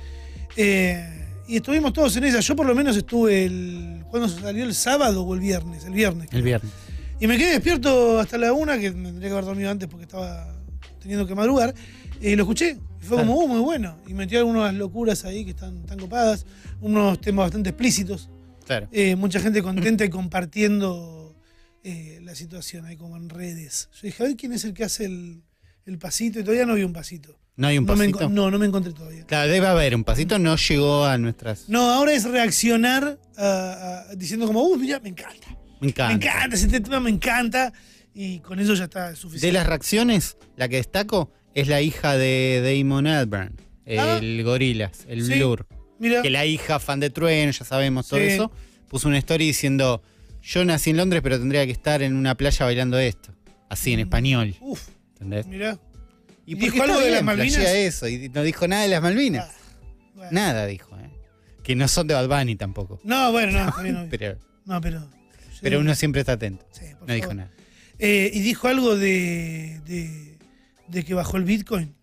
Eh, Y estuvimos todos en esa. Yo por lo menos estuve el. ¿Cuándo salió? ¿El sábado o el viernes? El viernes. El viernes. Y me quedé despierto hasta la una, que me tendría que haber dormido antes porque estaba teniendo que madrugar. Y lo escuché. Y fue como, uh, muy bueno. Y metió algunas locuras ahí que están tan copadas. Unos temas bastante explícitos. Claro. Eh, mucha gente contenta y compartiendo eh, la situación ahí como en redes. Yo dije, a ver quién es el que hace el, el pasito. Y todavía no vi un pasito. No hay un No, me pasito. enco- no, no me encontré todavía. Claro, debe haber un pasito. No llegó a nuestras. No, ahora es reaccionar a- a- diciendo como, uh, mira, me encanta. Me encanta. Me encanta, ese tema me encanta. Y con eso ya está De suficiente. las reacciones, la que destaco es la hija de Damon Albarn, Ah. el Gorilas, el Sí. Blur. Mira, Que la hija, fan de Trueno, ya sabemos todo Sí. eso, puso una story diciendo: Yo nací en Londres, pero tendría que estar en una playa bailando esto. Así en español. uff, ¿Entendés? mira. ¿Y ¿Dijo porque algo está de las bien, Malvinas? flashea eso, y no dijo nada de las Ah, Malvinas. Nada dijo, ¿eh? Que no son de Bad Bunny tampoco. No, bueno, no, está bien, obvio. Pero, No, pero. pero uno siempre está atento. Sí, por No dijo favor. nada. Eh, y dijo algo de, de, de que bajó el Bitcoin.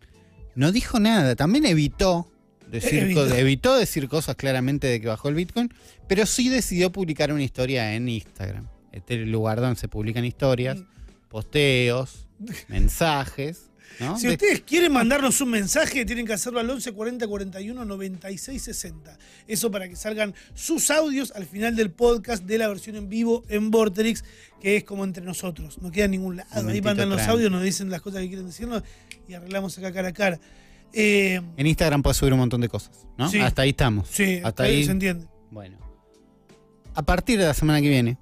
No dijo nada, también evitó decir, Evitó. co- evitó decir cosas claramente de que bajó el Bitcoin, pero sí decidió publicar una historia en Instagram. Este es el lugar donde se publican historias, posteos, mensajes. ¿no? Mm. Si De- ustedes quieren mandarnos un mensaje, tienen que hacerlo al 11 40 41 96 60. Eso para que salgan sus audios al final del podcast de la versión en vivo en Vorterix, que es como entre nosotros. No queda en ningún lado. Ahí Momentito mandan los tranqui. audios, nos dicen las cosas que quieren decirnos y arreglamos acá cara a cara. Eh, En Instagram puedes subir un montón de cosas, ¿no? Sí. Hasta ahí estamos. sí, Hasta ahí ahí. se entiende. Bueno. A partir de la semana que viene,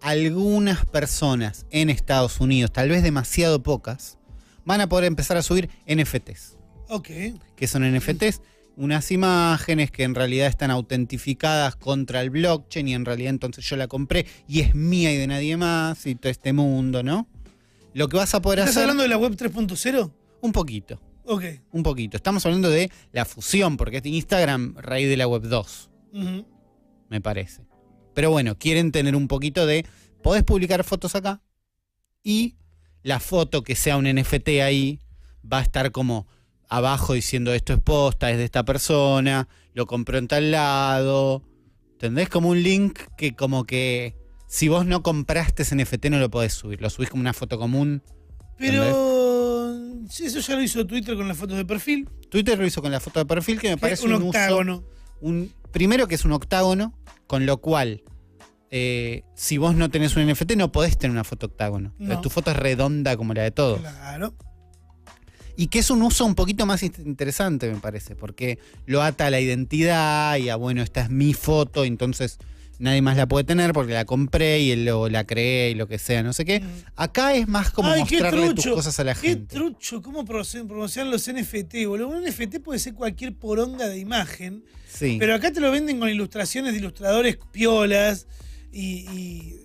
algunas personas en Estados Unidos, tal vez demasiado pocas, van a poder empezar a subir NFTs. Ok. que son NFTs, unas imágenes que en realidad están autentificadas contra el blockchain y en realidad entonces yo la compré y es mía y de nadie más y todo este mundo, ¿no? Lo que vas a poder ¿Estás hacer hablando de la web 3.0? un poquito, Ok. un poquito. Estamos hablando de la fusión porque es Instagram raíz de la web 2, Ujú. me parece. Pero bueno, quieren tener un poquito de podés publicar fotos acá y la foto que sea un NFT ahí va a estar como abajo diciendo esto es posta, es de esta persona, lo compró en tal lado. ¿Entendés? Como un link que como que si vos no compraste ese NFT no lo podés subir, lo subís como una foto común. Pero sí, eso ya lo hizo Twitter con las fotos de perfil. Twitter lo hizo con la foto de perfil que que me es parece un un, uso octágono. un- primero que es un octágono, con lo cual, eh, si vos no tenés un NFT, no podés tener una foto octágono. No. Tu foto es redonda como la de todos. Claro. Y que es un uso un poquito más in- interesante, me parece, porque lo ata a la identidad y a, bueno, esta es mi foto, entonces nadie más la puede tener porque la compré y lo, la creé y lo que sea, no sé qué. Mm. Acá es más como Ay, qué mostrarle tus trucho, cosas a la Qué gente. trucho, cómo promoci- promocionan los NFT, boludo. Un NFT puede ser cualquier poronga de imagen, Sí. pero acá te lo venden con ilustraciones de ilustradores piolas y. y-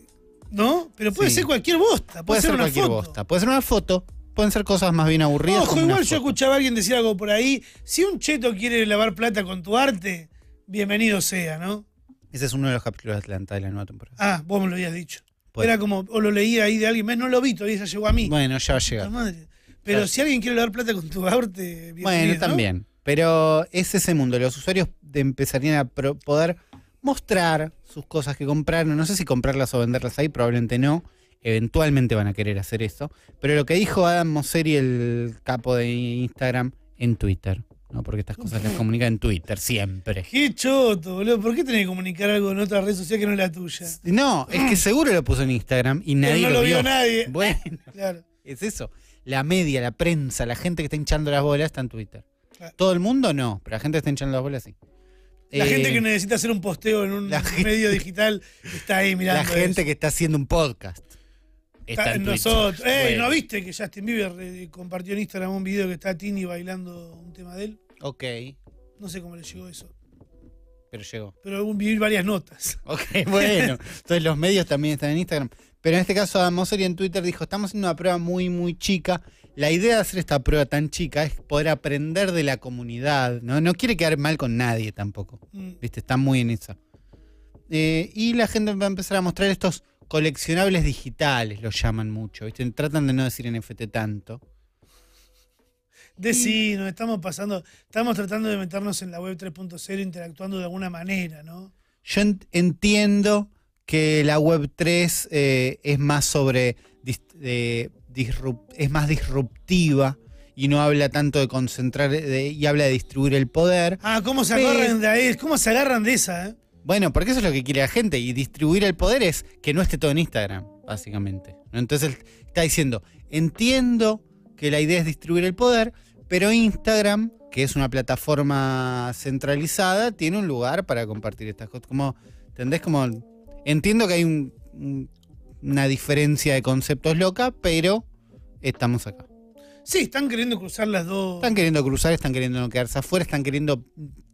¿No? Pero puede Sí. ser cualquier bosta, puede, puede ser una cualquier foto. bosta. Puede ser una foto, pueden ser cosas más bien aburridas. Ojo, como una igual yo foto. escuchaba a alguien decir algo por ahí. Si un cheto quiere lavar plata con tu arte, bienvenido sea, ¿no? Ese es uno de los capítulos de Atlanta de la nueva temporada. Ah, vos me lo habías dicho. Puede. Ah, Era como, o lo leí ahí de alguien más, no lo vi, todavía ya llegó a mí. Bueno, ya va a llegar. La madre. Pero Claro. si alguien quiere lavar plata con tu arte, bienvenido, Bueno, ¿no? también. Pero es ese mundo. Los usuarios de- empezarían a pro- poder mostrar sus cosas que compraron. No sé si comprarlas o venderlas ahí, probablemente no. Eventualmente van a querer hacer eso. Pero lo que dijo Adam Mosseri, el capo de Instagram, en Twitter. ¿no? Porque estas cosas las comunica en Twitter siempre. Qué choto, boludo. ¿Por qué tenés que comunicar algo en otra red social que no es la tuya? No, es que seguro lo puso en Instagram y Pero nadie no lo vio. nadie. Bueno. Claro. Es eso. La media, la prensa, la gente que está hinchando las bolas está en Twitter. Claro. Todo el mundo no, pero la gente que está hinchando las bolas sí. Ah. La Eh, gente que necesita hacer un posteo en un la gente- medio digital está ahí mirando. Eh, la gente eso. que está haciendo un podcast está, está en en Twitter. nosotros. Ey, Bueno, ¿no viste que Justin Bieber eh, compartió en Instagram un video que está Tini bailando un tema de él? Ok, No sé cómo le llegó eso. pero llegó. Pero un vi varias notas. Ok, bueno. Entonces los medios también están en Instagram. Pero en este caso Adam Mosseri en Twitter dijo, estamos haciendo una prueba muy, muy chica. La idea de hacer esta prueba tan chica es poder aprender de la comunidad. No, no quiere quedar mal con nadie tampoco. Mm. Viste, está muy en esa. Eh, y la gente va a empezar a mostrar estos coleccionables digitales, los llaman mucho, ¿viste? Tratan de no decir NFT tanto. Decí, nos estamos pasando, estamos tratando de meternos en la web 3.0 interactuando de alguna manera, ¿no? Yo en- entiendo que la web 3 eh, es más sobre. dis- eh, disrup- es más disruptiva y no habla tanto de concentrar de- y habla de distribuir el poder. Ah, ¿cómo se Pe- agarran de ahí? ¿Cómo se agarran de esa, eh? Bueno, porque eso es lo que quiere la gente. Y distribuir el poder es que no esté todo en Instagram, básicamente. ¿no? Entonces él está diciendo, entiendo que la idea es distribuir el poder, pero Instagram, que es una plataforma centralizada, tiene un lugar para compartir estas cosas. Como, ¿Entendés? Como, entiendo que hay un- un- una diferencia de conceptos loca, pero estamos acá. Sí, están queriendo cruzar las dos. Están queriendo cruzar, están queriendo no quedarse afuera, están queriendo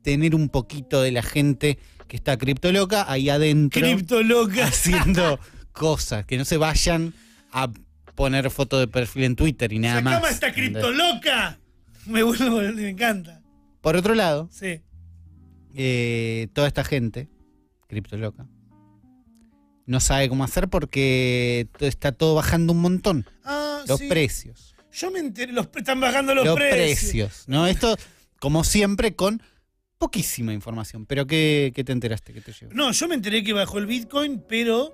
tener un poquito de la gente que está criptoloca ahí adentro Criptolocas. haciendo cosas, que no se vayan a poner foto de perfil en Twitter y nada ¡La más. cama está criptoloca! Me vuelvo, me encanta. Por otro lado, Sí. eh, toda esta gente, criptoloca, no sabe cómo hacer porque to- está todo bajando un montón. Ah, Los sí. precios. Yo me enteré, los pre- están bajando los, los precios. precios. ¿no? Esto, como siempre, con poquísima información. Pero ¿qué, qué te enteraste? ¿Qué te llegó? No, yo me enteré que bajó el Bitcoin, pero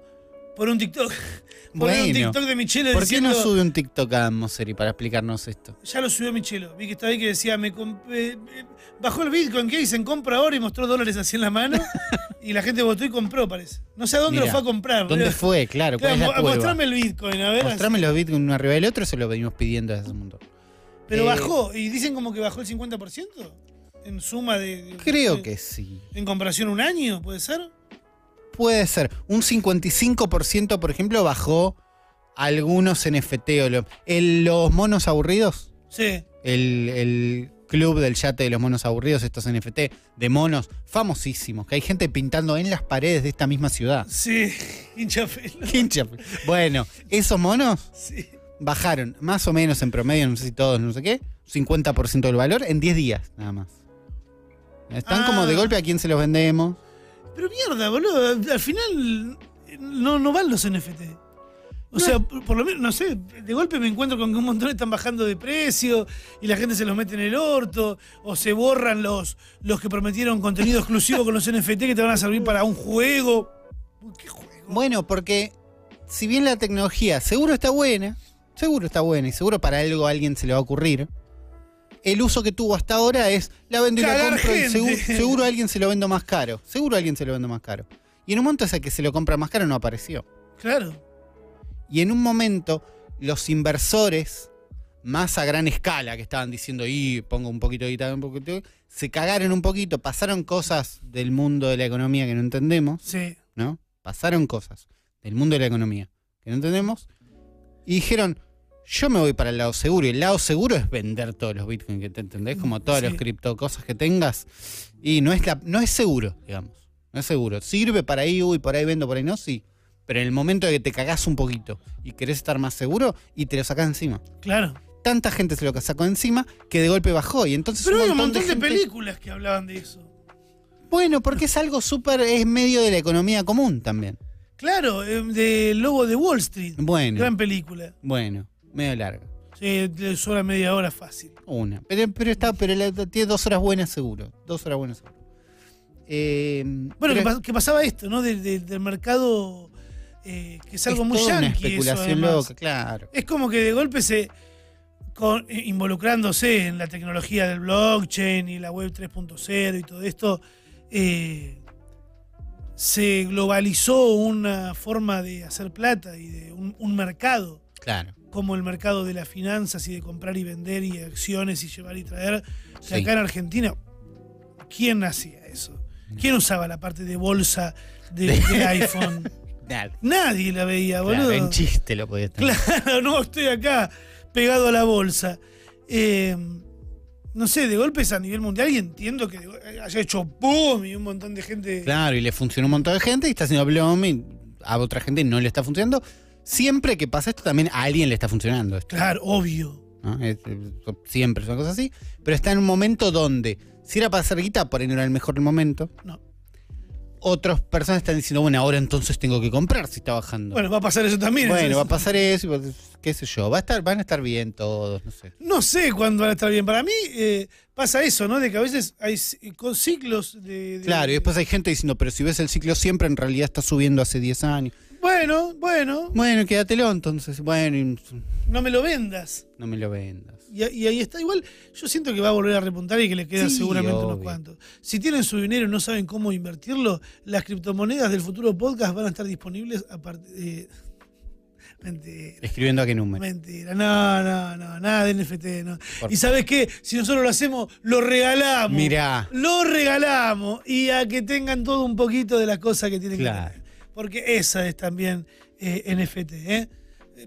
por un TikTok. Por un Bueno, TikTok de Michelo ¿por qué diciendo. no sube un TikTok a Moseri para explicarnos esto? Ya lo subió Michelo. Vi que estaba ahí que decía, me comp- eh, eh, bajó el Bitcoin, ¿qué dicen? Compra ahora y mostró dólares así en la mano. y la gente votó y compró, parece. No sé a dónde lo Mirá, fue a comprar. ¿Dónde boludo. fue? Claro, Claro, ¿cuál es la mo- cueva? mostrame el Bitcoin, a ver. así. Mostrame los bitcoins uno arriba del otro, eso lo venimos pidiendo desde hace un montón. Pero eh, bajó, y dicen como que bajó el 50% en suma de. de- Creo de- que sí. En comparación a un año, ¿puede ser? Puede ser. Un 55%, por ejemplo, bajó algunos NFT o lo- el- los monos aburridos. Sí. El, el club del yate de los monos aburridos, estos NFT de monos famosísimos, que hay gente pintando en las paredes de esta misma ciudad. Sí, hincha pelo, Hincha. pues. Bueno, esos monos Sí. bajaron más o menos en promedio, no sé si todos, no sé qué, 50% del valor en 10 días, nada más. Están Ah. como de golpe a quién se los vendemos. Pero mierda, boludo. Al final eh, no, no van los NFT. O No. sea, por por lo menos, no sé, de golpe me encuentro con que un montón están bajando de precio y la gente se los mete en el orto o se borran los, los que prometieron contenido exclusivo con los NFT que te van a servir para un juego. Uy, ¿Qué juego? Bueno, porque si bien la tecnología seguro está buena, seguro está buena y seguro para algo a alguien se le va a ocurrir, el uso que tuvo hasta ahora es la vendo y la Cagar compro y gente. seguro, seguro a alguien se lo vendo más caro, seguro a alguien se lo vendo más caro. Y en un momento ese que se lo compra más caro no apareció. Claro. Y en un momento, los inversores más a gran escala que estaban diciendo, y pongo un poquito de guita, un poquito, de-", se cagaron un poquito, pasaron cosas del mundo de la economía que no entendemos, Sí. ¿no? Pasaron cosas del mundo de la economía que no entendemos, y dijeron, yo me voy para el lado seguro, y el lado seguro es vender todos los bitcoins que te entendés, como todas Sí. las cripto cosas que tengas, y no es, la, no es seguro, digamos, no es seguro. Sirve para ahí, uy, por ahí vendo, por ahí no, sí. Pero en el momento de que te cagás un poquito y querés estar más seguro y te lo sacás encima. Claro. Tanta gente se lo sacó encima que de golpe bajó y entonces Pero hay un montón de, gente- películas que hablaban de eso. Bueno, porque es algo súper, es medio de la economía común también. Claro, eh, de Lobo de Wall Street. Bueno. Gran película. Bueno, medio larga. Sí, de- sobra media hora fácil. Una. Pero, pero está, pero la- tiene dos horas buenas seguro. Dos horas buenas seguro. Eh, Bueno, que, pero pas- que pasaba esto, ¿no? De- de- del mercado, eh, que es algo es muy toda yankee. una eso, especulación además. loca, claro. Es como que de golpe se. con- eh, involucrándose en la tecnología del blockchain y la web 3.0 y todo esto, eh, se globalizó una forma de hacer plata y de un- un mercado. Claro. como el mercado de las finanzas y de comprar y vender y acciones y llevar y traer. Que Sí. acá en Argentina, ¿quién hacía eso? ¿Quién usaba la parte de bolsa de, de iPhone? Nada. Nadie la veía, Claro, boludo. en chiste lo podías tener. Claro, no, estoy acá pegado a la bolsa. Eh, no sé, de golpes a nivel mundial y entiendo que de go- haya hecho boom y un montón de gente. Claro, y le funcionó un montón de gente y está haciendo Blom y a otra gente no le está funcionando. Siempre que pasa esto, también a alguien le está funcionando esto. Claro, obvio. ¿no? Es- es- siempre es una cosa así. Pero está en un momento donde, si era para hacer guita, por ahí no era el mejor momento. No. Otras personas están diciendo, bueno, ahora entonces tengo que comprar si está bajando. Bueno, va a pasar eso también. Bueno, entonces. va a pasar eso. y va a- qué sé yo, va a estar, van a estar bien todos, no sé. No sé cuándo van a estar bien. Para mí eh, pasa eso, ¿no? De que a veces hay ci- con ciclos de. de- Claro, y después hay gente diciendo, pero si ves el ciclo siempre, en realidad está subiendo hace 10 años. Bueno, bueno, Bueno, quédatelo entonces, bueno, y no me lo vendas. no me lo vendas. Y, a- y ahí está. Igual yo siento que va a volver a repuntar y que le quedan Sí, seguramente unos obvio. cuantos. Si tienen su dinero y no saben cómo invertirlo, las criptomonedas del futuro podcast van a estar disponibles a partir. mentira. Escribiendo a qué número. Mentira, no, no, no, nada de NFT, no. Por Y sabes qué, si nosotros lo hacemos, lo regalamos. Mirá, Lo regalamos y a que tengan todo un poquito de las cosas que tienen Claro. que tener. Porque esa es también eh, NFT. ¿eh?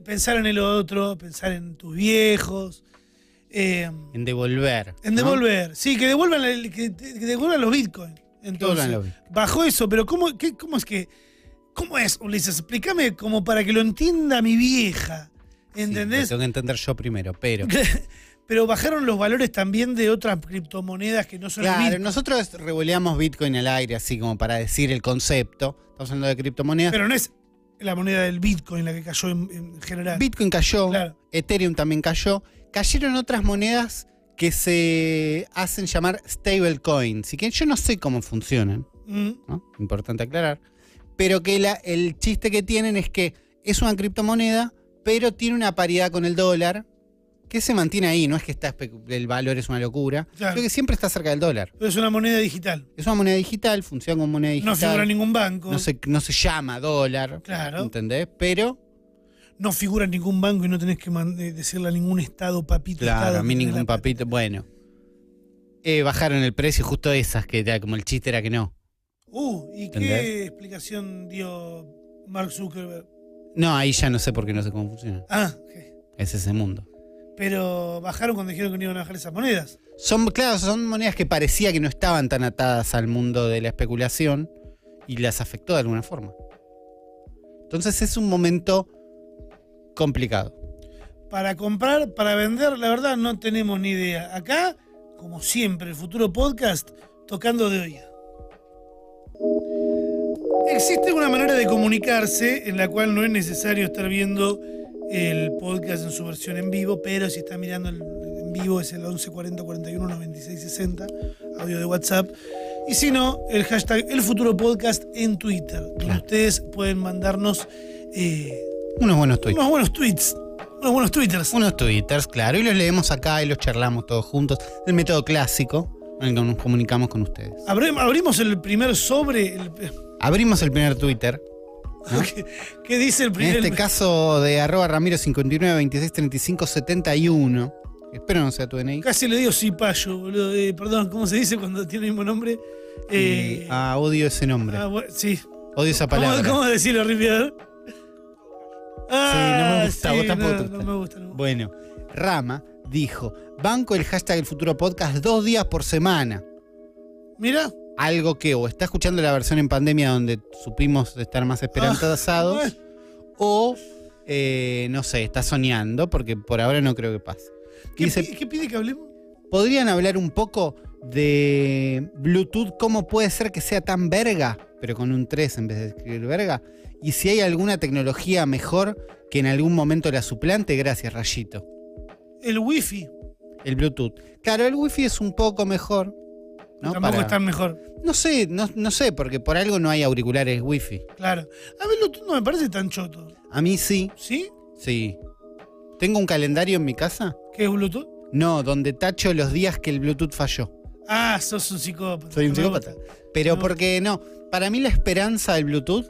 Pensar en el otro, pensar en tus viejos, eh, en devolver. en ¿no? devolver. Sí, que devuelvan, el- que, que devuelvan los bitcoins. Entonces, devuelvan los bitcoins. bajo eso, pero ¿cómo, qué- ¿cómo es que.? ¿Cómo es, Ulises? Explícame como para que lo entienda mi vieja. Sí, lo ¿Entendés? tengo que entender yo primero, pero. Pero bajaron los valores también de otras criptomonedas que no son el Claro, Bitcoin. nosotros revoleamos Bitcoin al aire, así como para decir el concepto. Estamos hablando de criptomonedas. Pero no es la moneda del Bitcoin la que cayó en, en general. Bitcoin cayó, Claro. Ethereum también cayó. Cayeron otras monedas que se hacen llamar stablecoins. Así que yo no sé cómo funcionan, Mm, ¿no? Importante aclarar. Pero que la- el chiste que tienen es que es una criptomoneda, pero tiene una paridad con el dólar que se mantiene ahí. No es que está especu- el valor es una locura. Claro. Creo que siempre está cerca del dólar. pero es una moneda digital. Es una moneda digital, funciona como moneda digital. No figura en ningún banco. no No, se, no se llama dólar. Claro. ¿Entendés? Pero. figura en ningún banco y no tenés que man- eh, decirle a ningún estado, papito. Claro, estado, a mí que te ningún la- papito. Bueno. Eh, bajaron el precio justo esas, que era como el chiste era que no. Uh, ¿y qué ¿Entendés? explicación dio Mark Zuckerberg? No, ahí ya no sé por qué no sé cómo funciona. Ah, ok. Es ese mundo. pero bajaron cuando dijeron que no iban a bajar esas monedas. Son, claro, son monedas que parecía que no estaban tan atadas al mundo de la especulación y las afectó de alguna forma. Entonces es un momento complicado. Para comprar, para vender, la verdad no tenemos ni idea. Acá, como siempre, el futuro podcast tocando de oído. Existe una manera de comunicarse en la cual no es necesario estar viendo el podcast en su versión en vivo, pero si está mirando el- en vivo es el 11 40 41 96 60, audio de WhatsApp. Y si no, el hashtag El Futuro Podcast en Twitter, donde Claro. ustedes pueden mandarnos eh, Unos buenos tweets. unos buenos tweets, unos buenos twitters. Unos twitters, claro, y los leemos acá y los charlamos todos juntos. El método clásico en el que nos comunicamos con ustedes. Abre- abrimos el primer sobre el- Abrimos el primer Twitter. ¿qué, qué dice el ¿Ah? En primer? este caso de arroba ramiro 59 26 35 71. Espero no sea tu DNI. Casi le digo cipayo, boludo. Eh, perdón, ¿cómo se dice cuando tiene el mismo nombre? Eh, Y, ah, odio ese nombre. ah, bueno, sí. ¿Cómo- Odio esa ¿Cómo, palabra. decirlo, Ripiador? me gusta, vos tampoco no, te me gusta. gusta. no me gusta. Bueno, Rama dijo, banco el hashtag del futuro podcast dos días por semana. Mirá, Algo que o está escuchando la versión en pandemia donde supimos estar más esperanzados. bueno. o, eh, no sé, está soñando porque por ahora no creo que pase. ¿qué, Dice, pi- qué pide que hablemos? ¿Podrían hablar un poco de Bluetooth? ¿Cómo puede ser que sea tan verga? Pero con un 3 en vez de escribir verga. Y si hay alguna tecnología mejor que en algún momento la suplante, gracias, Rayito. El wifi. El Bluetooth. Claro, el Wi-Fi es un poco mejor. ¿no? tampoco Para- es tan mejor. no sé, no, no sé, porque por algo no hay auriculares Wi-Fi. Claro. A ver, lo tú no me parece tan choto. A mí sí, ¿Sí? sí. ¿Tengo un calendario en mi casa? ¿Qué es Bluetooth? No, donde tacho los días que el Bluetooth falló. Ah, sos un psicópata. Soy un Me psicópata. gusta. Pero No. porque no, para mí la esperanza del Bluetooth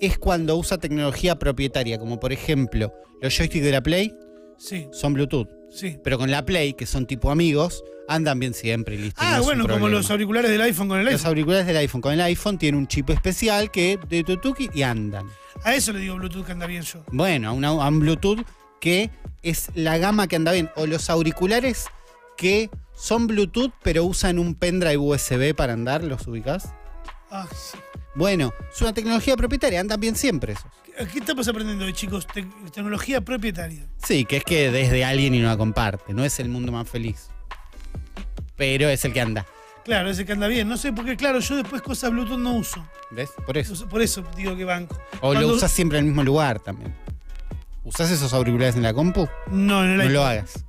es cuando usa tecnología propietaria, como por ejemplo los joysticks de la Play Sí, son Bluetooth, sí. pero con la Play, que son tipo amigos, andan bien siempre y listo. no Ah, es un bueno, como problema. los auriculares del iPhone con el Los iPhone. auriculares del iPhone. Con el iPhone tiene un chip especial que de tutuki y andan. A eso le digo Bluetooth que anda bien yo. Bueno, a, una- a un Bluetooth que es la gama que anda bien. O los auriculares que son Bluetooth pero usan un pendrive USB para andar, ¿los ubicás? Ah, sí. Bueno, es una tecnología propietaria, andan bien siempre esos. ¿Qué- ¿Qué estamos aprendiendo hoy, chicos? Tec- tecnología propietaria. Sí, que es que desde alguien y no la comparte, no es el mundo más feliz. Pero es el que anda. Claro, ese que anda bien. No sé, porque claro, yo después cosas Bluetooth no uso. ¿Ves? Por eso. Por eso digo que banco. O Cuando- lo usas siempre en el mismo lugar también. ¿Usás esos auriculares en la compu? No, en el No iPhone. lo hagas.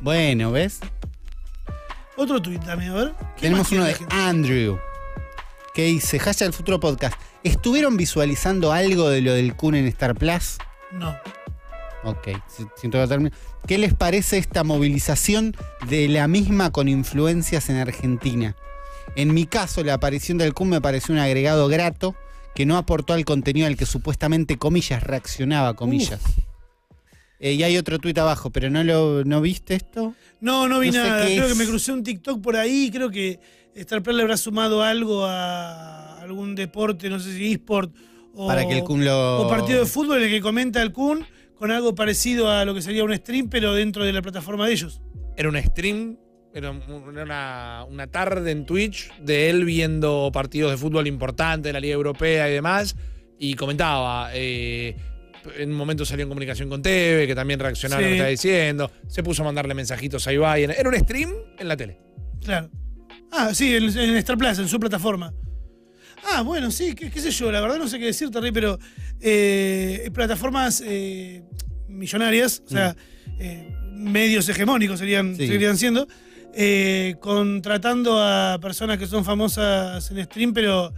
Bueno, ¿ves? Otro tuit también, a ver. ¿Qué más Tenemos tiene uno la de gente? Andrew que dice, Hashtag el futuro podcast. ¿Estuvieron visualizando algo de lo del Kun en Star Plus? No. Ok, si- siento que termino. ¿Qué les parece esta movilización de la misma con influencias en Argentina? En mi caso, la aparición del Kun me pareció un agregado grato que no aportó al contenido al que supuestamente, comillas, reaccionaba, comillas. Eh, y hay otro tuit abajo, pero ¿no lo no viste esto? No, no vi No sé nada. qué Creo es. que me crucé un TikTok por ahí. Creo que Star Plus le habrá sumado algo a algún deporte, no sé si eSport o, Para que el Kun lo... o partido de fútbol en el que comenta el Kun con algo parecido a lo que sería un stream, pero dentro de la plataforma de ellos. Era un stream, era un- una, una tarde en Twitch de él viendo partidos de fútbol importantes de la Liga Europea y demás. Y comentaba, eh, en un momento salió en comunicación con Teve, que también reaccionaba a lo Sí. que estaba diciendo. Se puso a mandarle mensajitos a Ibai. Era un stream en la tele. Claro. Ah, sí, en, en Star Plus, en su plataforma. Ah, bueno, sí, qué, qué sé yo, la verdad no sé qué decirte, Rey, pero eh, plataformas eh, millonarias, o sea, eh, medios hegemónicos serían, Mm. Sí. seguirían siendo, eh, contratando a personas que son famosas en stream, pero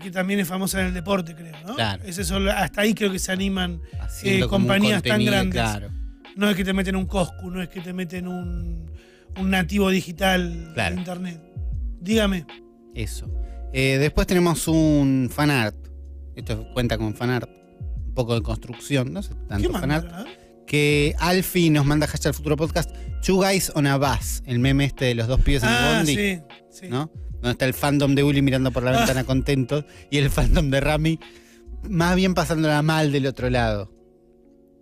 que también es famosa en el deporte, creo, ¿no? Claro. Es eso, hasta ahí creo que se animan. Haciendo eh, como un compañías tan contenido, grandes. Claro. No es que te meten un Coscu, no es que te meten un, un nativo digital Claro. de internet. Dígame. Eso. Eh, después tenemos un fanart. Esto cuenta con fanart. Un poco de construcción, no sé, tanto ¿Qué fanart. mandaron? eh? Que Alfie nos manda hashtag el futuro podcast. Two guys on a bus. El meme este de los dos pibes en el Ah, bondi. sí, sí. ¿No? Donde está el fandom de Willy mirando por la Ah. ventana contento. Y el fandom de Rami más bien pasándola mal del otro lado.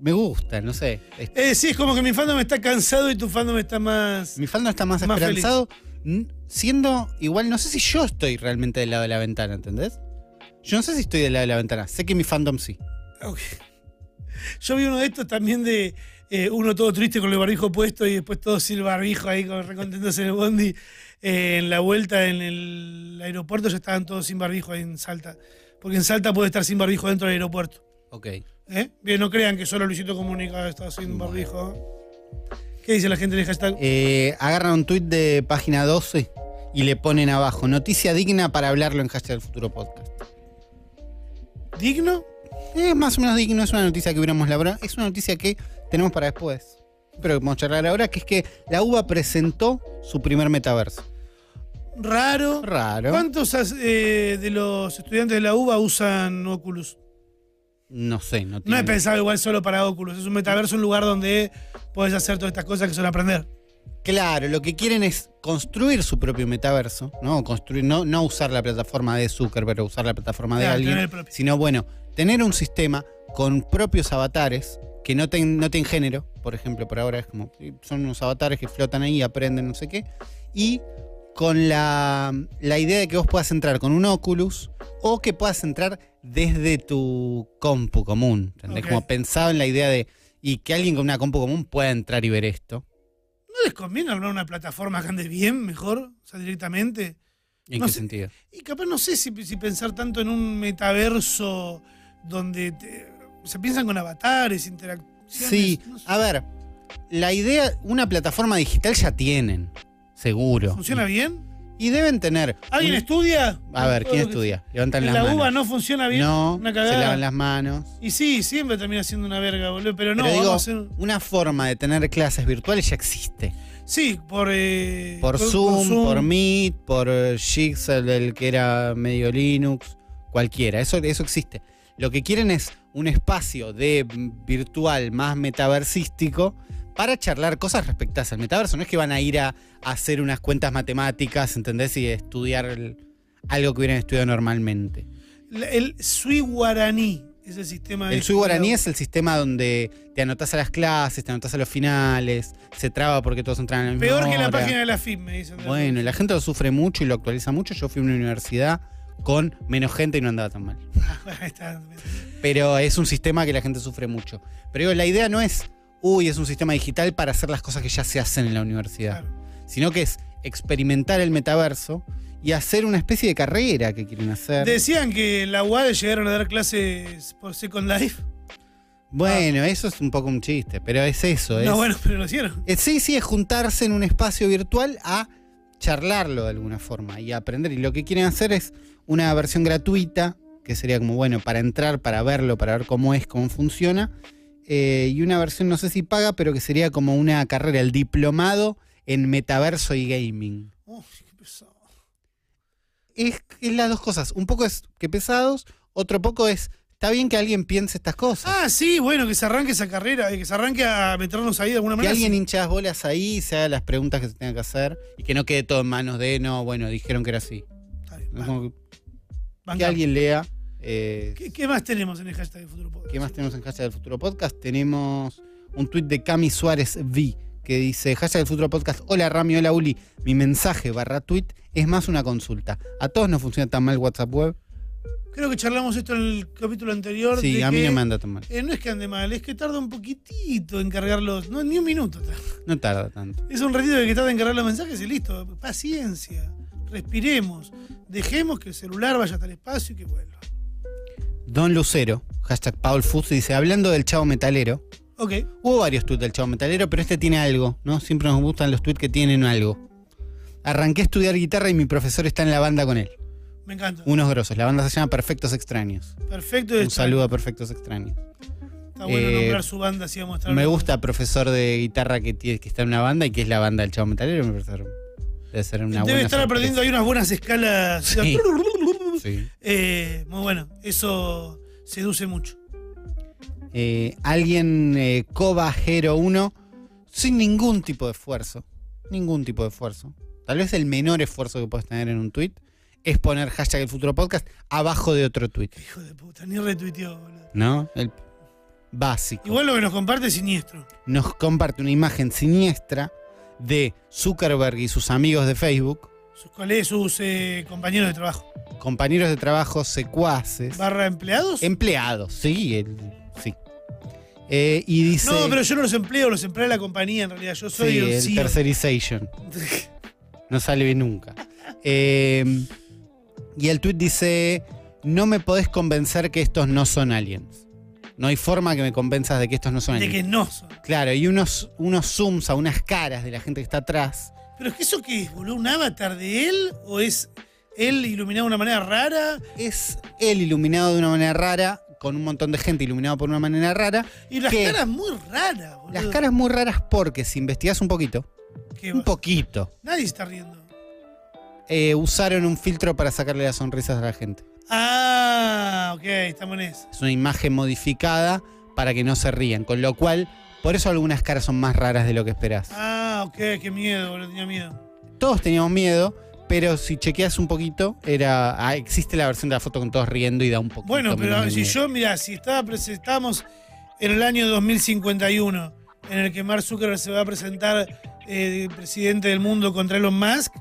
Me gusta, no sé. Es- Eh, sí, es como que mi fandom está cansado y tu fandom está más. Mi fandom está más, Más feliz. esperanzado. n- Siendo igual, no sé si yo estoy realmente del lado de la ventana, ¿entendés? Yo no sé si estoy del lado de la ventana. Sé que mi fandom sí. Ok. Yo vi uno de estos también de eh, uno todo triste con el barbijo puesto y después todo sin el barbijo ahí con- recontentándose en el bondi. Eh, en la vuelta en el aeropuerto ya estaban todos sin barbijo ahí en Salta. Porque en Salta puede estar sin barbijo dentro del aeropuerto. Ok. ¿Eh? Bien, no crean que solo Luisito Comunica está sin Bueno. barbijo. ¿Qué dice la gente en el hashtag? Eh, agarran un tuit de página 12 y le ponen abajo: Noticia digna para hablarlo en hashtag del futuro podcast. ¿Digno? Es más o menos digno, es una noticia que hubiéramos labrado. Es una noticia que tenemos para después. Pero que vamos a charlar ahora, que es que la UBA presentó su primer metaverso. Raro. Raro. ¿Cuántos as- eh, de los estudiantes de la UBA usan Oculus? No sé, no No tiene. es pensado igual solo para Oculus. Es un metaverso, un lugar donde puedes hacer todas estas cosas que son aprender. Claro, lo que quieren es construir su propio metaverso, ¿no? Construir, no, no usar la plataforma de Zuckerberg o usar la plataforma de Claro, Ah, alguien, tener el propio. sino bueno, tener un sistema con propios avatares que no ten, no ten género, por ejemplo, por ahora es como son unos avatares que flotan ahí, aprenden no sé qué, y con la, la idea de que vos puedas entrar con un Oculus o que puedas entrar desde tu compu común, ¿entendés? Ok. Como pensado en la idea de y que alguien con una compu común pueda entrar y ver esto. ¿No les conviene armar una plataforma que ande bien, mejor? O sea, directamente. ¿En No qué sé. sentido? Y capaz no sé si, si pensar tanto en un metaverso donde te- se piensan con avatares, interacciones. Sí, no sé. a ver, la idea, una plataforma digital ya tienen, seguro. ¿Funciona bien? Y deben tener. ¿Alguien un- estudia? A ver, ¿quién Todo lo que- estudia? Levantan En las la manos. uva no funciona bien. No, Una se cagada. lavan las manos. Y sí, siempre termina siendo una verga, boludo. Pero no, Pero vamos digo, a hacer. una forma de tener clases virtuales ya existe. Sí, por. eh, Por, Zoom, por Meet, por eh, Jigsaw, el que era medio Linux, cualquiera. Eso, eso existe. Lo que quieren es un espacio de mm, virtual más metaversístico para charlar cosas respectadas al metaverso. No es que van a ir a, a hacer unas cuentas matemáticas, ¿entendés? Y estudiar el- algo que hubieran estudiado normalmente. La- El Sui Guaraní es el sistema. de El Sui Guaraní estudio. es el sistema donde te anotás a las clases, te anotás a los finales, se traba porque todos entran en la misma Peor que la hora. página de la FIP, me dicen. Bueno, y la gente lo sufre mucho y lo actualiza mucho. Yo fui a una universidad con menos gente y no andaba tan mal. Ahí está. Pero es un sistema que la gente sufre mucho. Pero digo, la idea no es, uy, es un sistema digital para hacer las cosas que ya se hacen en la universidad, Claro. sino que es experimentar el metaverso y hacer una especie de carrera que quieren hacer. Decían que en la UAD llegaron a dar clases por Second Life. Bueno, eso es un poco un chiste, pero es eso. Es, No, bueno, pero lo hicieron. Eh, Sí, sí, es juntarse en un espacio virtual a charlarlo de alguna forma y a aprender. Y lo que quieren hacer es una versión gratuita, que sería como, bueno, para entrar, para verlo, para ver cómo es, cómo funciona. eh, y una versión, no sé si paga, pero que sería como una carrera, el diplomado en metaverso y gaming. Uy, qué pesado. Es, es las dos cosas. Un poco es que pesados, otro poco es, está bien que alguien piense estas cosas. Ah, sí, bueno, que se arranque esa carrera, eh, que se arranque a meternos ahí de alguna Que manera. alguien hinche las bolas ahí, se haga las preguntas que se tengan que hacer y que no quede todo en manos de, no, bueno, dijeron que era así. Está bien, Es va, como que- que bancamos. alguien lea. eh, ¿Qué, qué más tenemos en el hashtag de Futuro Podcast? ¿Qué más tenemos en Hashtag del Futuro Podcast? Tenemos un tuit de Cami Suárez V que dice, Hashtag del Futuro Podcast, hola Rami, hola Uli, mi mensaje barra tweet es más una consulta. A todos no funciona tan mal WhatsApp Web. Creo que charlamos esto en el capítulo anterior. Sí, de a mí que, no me anda tan mal. eh, no es que ande mal, es que tarda un poquitito en cargarlos. No, ni un minuto. tarda. No tarda tanto. Es un ratito de que tarda en cargar los mensajes y listo. Paciencia. Respiremos. Dejemos que el celular vaya hasta el espacio y que vuelva. Don Lucero, hashtag Paul Fuss, dice, hablando del chavo metalero, Ok. Hubo varios tweets del chavo metalero, pero este tiene algo, ¿no? Siempre nos gustan los tweets que tienen algo. Arranqué a estudiar guitarra y mi profesor está en la banda con él. Me encanta. Unos grosos. La banda se llama Perfectos Extraños. Perfecto. Un está- saludo a Perfectos Extraños. Está bueno Eh, nombrar su banda así a mostrar. Me gusta profesor de guitarra que, tiene, que está en una banda y que es la banda del chavo metalero. Me parece debe ser una Debe buena estar aprendiendo sorpresa. ahí unas buenas escalas. Sí. Sí. Eh, muy bueno. Eso seduce mucho. Eh, alguien eh, Coba Hero 1 sin ningún tipo de esfuerzo. Ningún tipo de esfuerzo. Tal vez el menor esfuerzo que puedes tener en un tweet es poner hashtag el futuro podcast abajo de otro tweet. Hijo de puta. Ni retuiteó, boludo. ¿No? El básico. Igual lo que nos comparte es siniestro. Nos comparte una imagen siniestra de Zuckerberg y sus amigos de Facebook, Sus colegas, sus eh, compañeros de trabajo. compañeros de trabajo secuaces, Barra empleados. empleados. Sí, el- sí. Eh, y dice. No, pero yo no los empleo, los emplea la compañía en realidad. Yo soy E sí, un el CEO. tercerization. No sale bien nunca. Eh, y el tweet dice: No me podés convencer que estos no son aliens. No hay forma que me convenzas de que estos no son de aliens. que no son. Claro, y unos, unos zooms a unas caras de la gente que está atrás. Pero es que eso qué es, boludo, un avatar de él o es él iluminado de una manera rara, Es él iluminado de una manera rara, con un montón de gente iluminado por una manera rara. y las ¿Qué? caras muy raras, boludo. Las caras muy raras porque si investigás un poquito, ¿Qué un va? poquito, Nadie se está riendo. eh, usaron un filtro para sacarle las sonrisas a la gente. Ah, ok, estamos en eso. Es una imagen modificada para que no se rían. Con lo cual, por eso algunas caras son más raras de lo que esperás. Ah, ok, qué miedo, boludo, tenía miedo. Todos teníamos miedo, pero si chequeas un poquito, era ah, existe la versión de la foto con todos riendo y da un poquito. Bueno, menos pero de si miedo. yo, mirá, si estaba, pres- estábamos en el año 2051, en el que Mark Zuckerberg se va a presentar eh, presidente del mundo contra Elon Musk,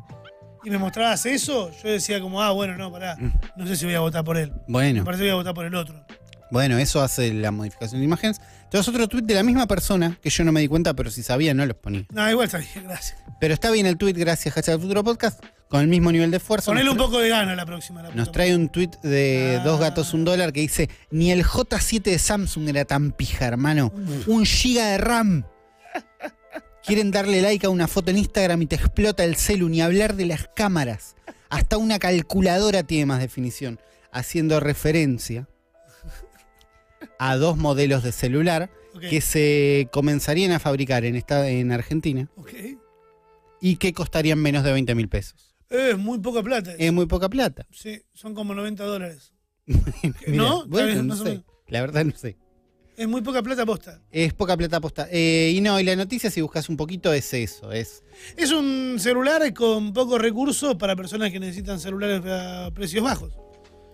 y me mostrabas eso, yo decía como, ah, bueno, no, pará, Mm. no sé si voy a votar por él. Me Bueno, parece que voy a votar por el otro. bueno, eso hace la modificación de imágenes. Entonces otro tweet de la misma persona, que yo no me di cuenta, pero si sabía no los ponía. No, igual está bien, gracias. Pero está bien el tweet, gracias hashtag el futuro podcast, con el mismo nivel de esfuerzo. Ponele Nos un poco de gana la próxima. La puta Nos trae un tweet de Ah. dos gatos un dólar que dice, ni el J7 de Samsung era tan pija, hermano. Un giga de RAM. Quieren darle like a una foto en Instagram y te explota el celu, ni hablar de las cámaras. Hasta una calculadora tiene más definición, haciendo referencia a dos modelos de celular madre. Ok, que se comenzarían a fabricar en, esta, en Argentina ok. y que costarían menos de 20 mil pesos. Eh, Es muy poca plata. Es muy poca plata. Sí, son como 90 dólares. Mirá, ¿No? Está Bueno, bien, no más o sé. menos. La verdad no sé. Es muy poca plata posta. Es poca plata aposta. Eh, y no, y la noticia, si buscas un poquito, es eso. Es Es un celular con pocos recursos para personas que necesitan celulares a precios bajos.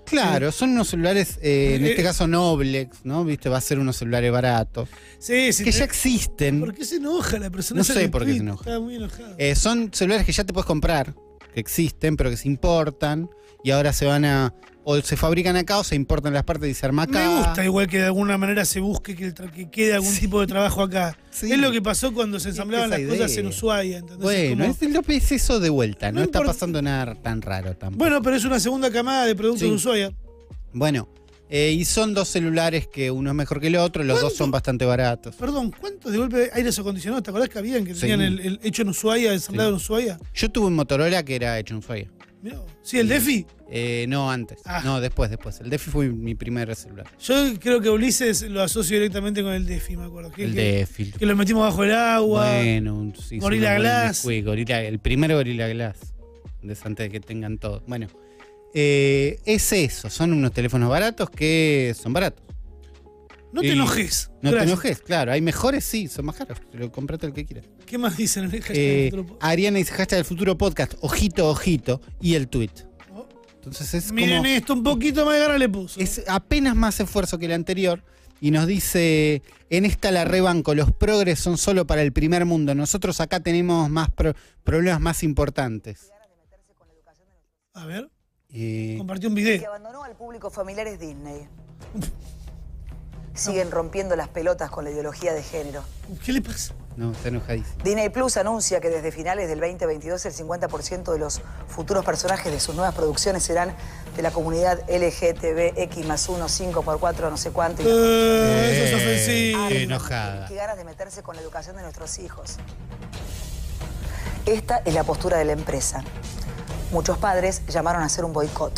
Claro, son unos celulares, eh, en Eh, este caso Noblex, ¿no? Viste, va a ser unos celulares baratos. Sí, sí. Que te- ya ¿Por existen. qué se enoja la persona? No esa sé que por qué se tuit? enoja. Está muy enojado. Eh, son celulares que ya te puedes comprar, que existen, pero que se importan. Y ahora se van a. O se fabrican acá o se importan las partes y se arma acá. Me gusta igual que de alguna manera se busque que, el tra- que quede algún tipo de trabajo acá. Sí. Es lo que pasó cuando se que ensamblaban esa las cosas idea. en Ushuaia. ¿entendés? Es Bueno, como- es, lo que es eso de vuelta. No, No está importa. pasando nada tan raro tampoco. bueno, pero es una segunda camada de productos Sí. de Ushuaia. Bueno, Eh, y son dos celulares que uno es mejor que el otro, los dos son ¿Cuánto? bastante baratos. Perdón, ¿cuántos de golpe aires acondicionados? ¿Te acordás que habían que Sí. tenían el, el hecho en Ushuaia, ensamblado en Ushuaia? Yo tuve un Motorola que era hecho en Ushuaia. Mirá vos. Sí, el Defi. Eh, no, antes. Ah. No, después, después. El Defi fue mi primer celular. Yo creo que Ulises lo asocio directamente con el Defi, me acuerdo. Que, El que- Defi. que lo metimos bajo el agua. Bueno, un- sí, Gorilla una buena Glass. Nesquik, Gorilla- el primer Gorilla Glass. Des- Antes de que tengan todo. Bueno, eh, es eso. Son unos teléfonos baratos que son baratos. no te y- enojes. No te Gracias. enojes, claro. Hay mejores, sí, son más caros. Pero comprate el que quieras. ¿Qué más dicen en el hashtag Eh, del grupo? Ariana dice hashtag del futuro podcast. Ojito, ojito. Y el tweet. Oh. Entonces es Miren como. esto, un poquito más de garra le puso. Es apenas más esfuerzo que el anterior. Y nos dice, en esta la rebanco, los progres son solo para el primer mundo. Nosotros acá tenemos más pro- problemas más importantes. A ver, Eh, compartió un que video. abandonó al público familiar es Disney. Siguen rompiendo las pelotas con la ideología de género. ¿Qué le pasa? no, está enojadísimo. Disney Plus anuncia que desde finales del 2022 el 50% de los futuros personajes de sus nuevas producciones serán de la comunidad LGTBX más 1, 5x4, no sé cuánto. y- Eh, eso es Eh, ofensivo. qué enojada. Qué ganas de meterse con la educación de nuestros hijos. Esta es la postura de la empresa. Muchos padres llamaron a hacer un boicot.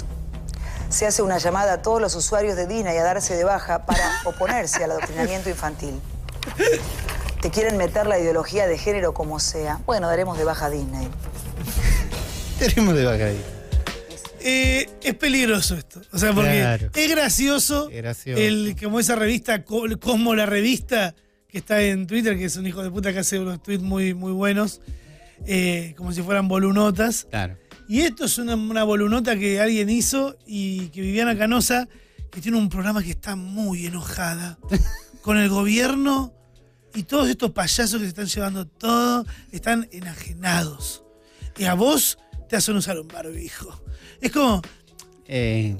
Se hace una llamada a todos los usuarios de Dina y a darse de baja para oponerse al adoctrinamiento infantil. ¿Te quieren meter la ideología de género como sea? Bueno, daremos de baja a Disney. Tenemos de vaca ahí. Eh, es peligroso esto. O sea, porque Claro. es gracioso, Es gracioso. El, como esa revista, Co- Cosmo la revista, que está en Twitter, que es un hijo de puta que hace unos tweets muy, muy buenos, eh, como si fueran bolunotas. Claro. Y esto es una, una bolunota que alguien hizo y que Viviana Canosa, que tiene un programa que está muy enojada con el gobierno y todos estos payasos que se están llevando todo, están enajenados. Y a vos te hacen usar un barbijo. Es como, Eh,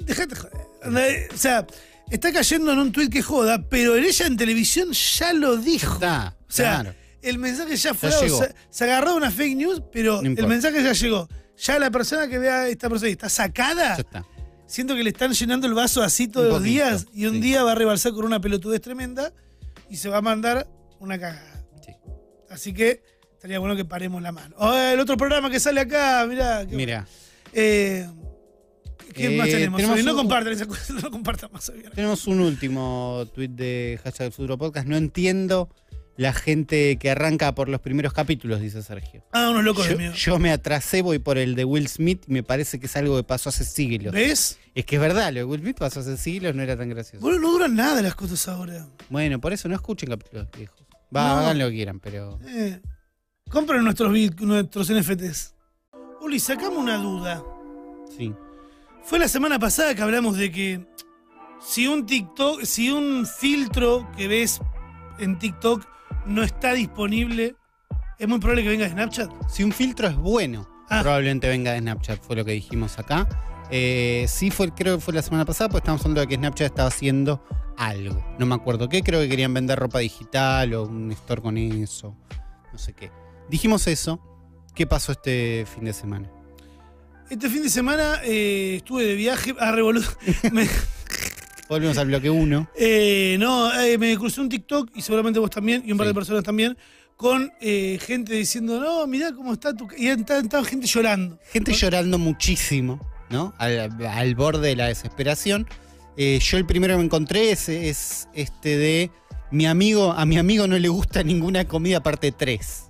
dejate joder. O sea, está cayendo en un tuit que joda, pero en ella en televisión ya lo dijo. está, O sea, claro. el mensaje ya fue. Ya dado, llegó. se, se agarró una fake news, pero No el importa. mensaje ya llegó. Ya la persona que vea esta persona y está sacada, Ya está. siento que le están llenando el vaso así todos Un los poquito, días y un sí. día va a rebalsar con una pelotudez tremenda y se va a mandar una cagada. Sí. Así que estaría bueno que paremos la mano. Oh, el otro programa que sale acá, mirá. qué- Mira, Eh, ¿Qué Eh, más tenemos? tenemos hoy? No un- compartan esa cosa, no compartan más. hoy. tenemos un último tweet de hashtag del futuro podcast. No entiendo la gente que arranca por los primeros capítulos, dice Sergio. Ah, unos locos de Yo, miedo. yo me atrasé, voy por el de Will Smith y me parece que es algo que pasó hace siglos. ¿Ves? Es que es verdad, lo de Will Smith pasó hace siglos, no era tan gracioso. Bueno, no duran nada las cosas ahora. Bueno, por eso no escuchen capítulos viejos. Va, No. hagan lo que quieran, pero. Eh, compren nuestros, bit- nuestros NFTs. Uli, sacame una duda. Sí. Fue la semana pasada que hablamos de que si un TikTok, si un filtro que ves en TikTok no está disponible, es muy probable que venga de Snapchat. Si un filtro es bueno, Ah. probablemente venga de Snapchat, fue lo que dijimos acá. Eh, sí, fue, creo que fue la semana pasada, pues estábamos hablando de que Snapchat estaba haciendo algo. No me acuerdo qué, creo que querían vender ropa digital o un store con eso. No sé qué. Dijimos eso. ¿Qué pasó este fin de semana? Este fin de semana eh, estuve de viaje a Revolut. Volvemos al bloque 1. Eh, no, eh, me crucé un TikTok y seguramente vos también, y un par de Sí. personas también, con eh, gente diciendo, no, mirá cómo está tu... ca-". Y estaba estaba gente llorando. Gente llorando muchísimo, ¿no? Al, al borde de la desesperación. Eh, yo el primero que me encontré es, es este de mi amigo, a mi amigo no le gusta ninguna comida aparte de tres.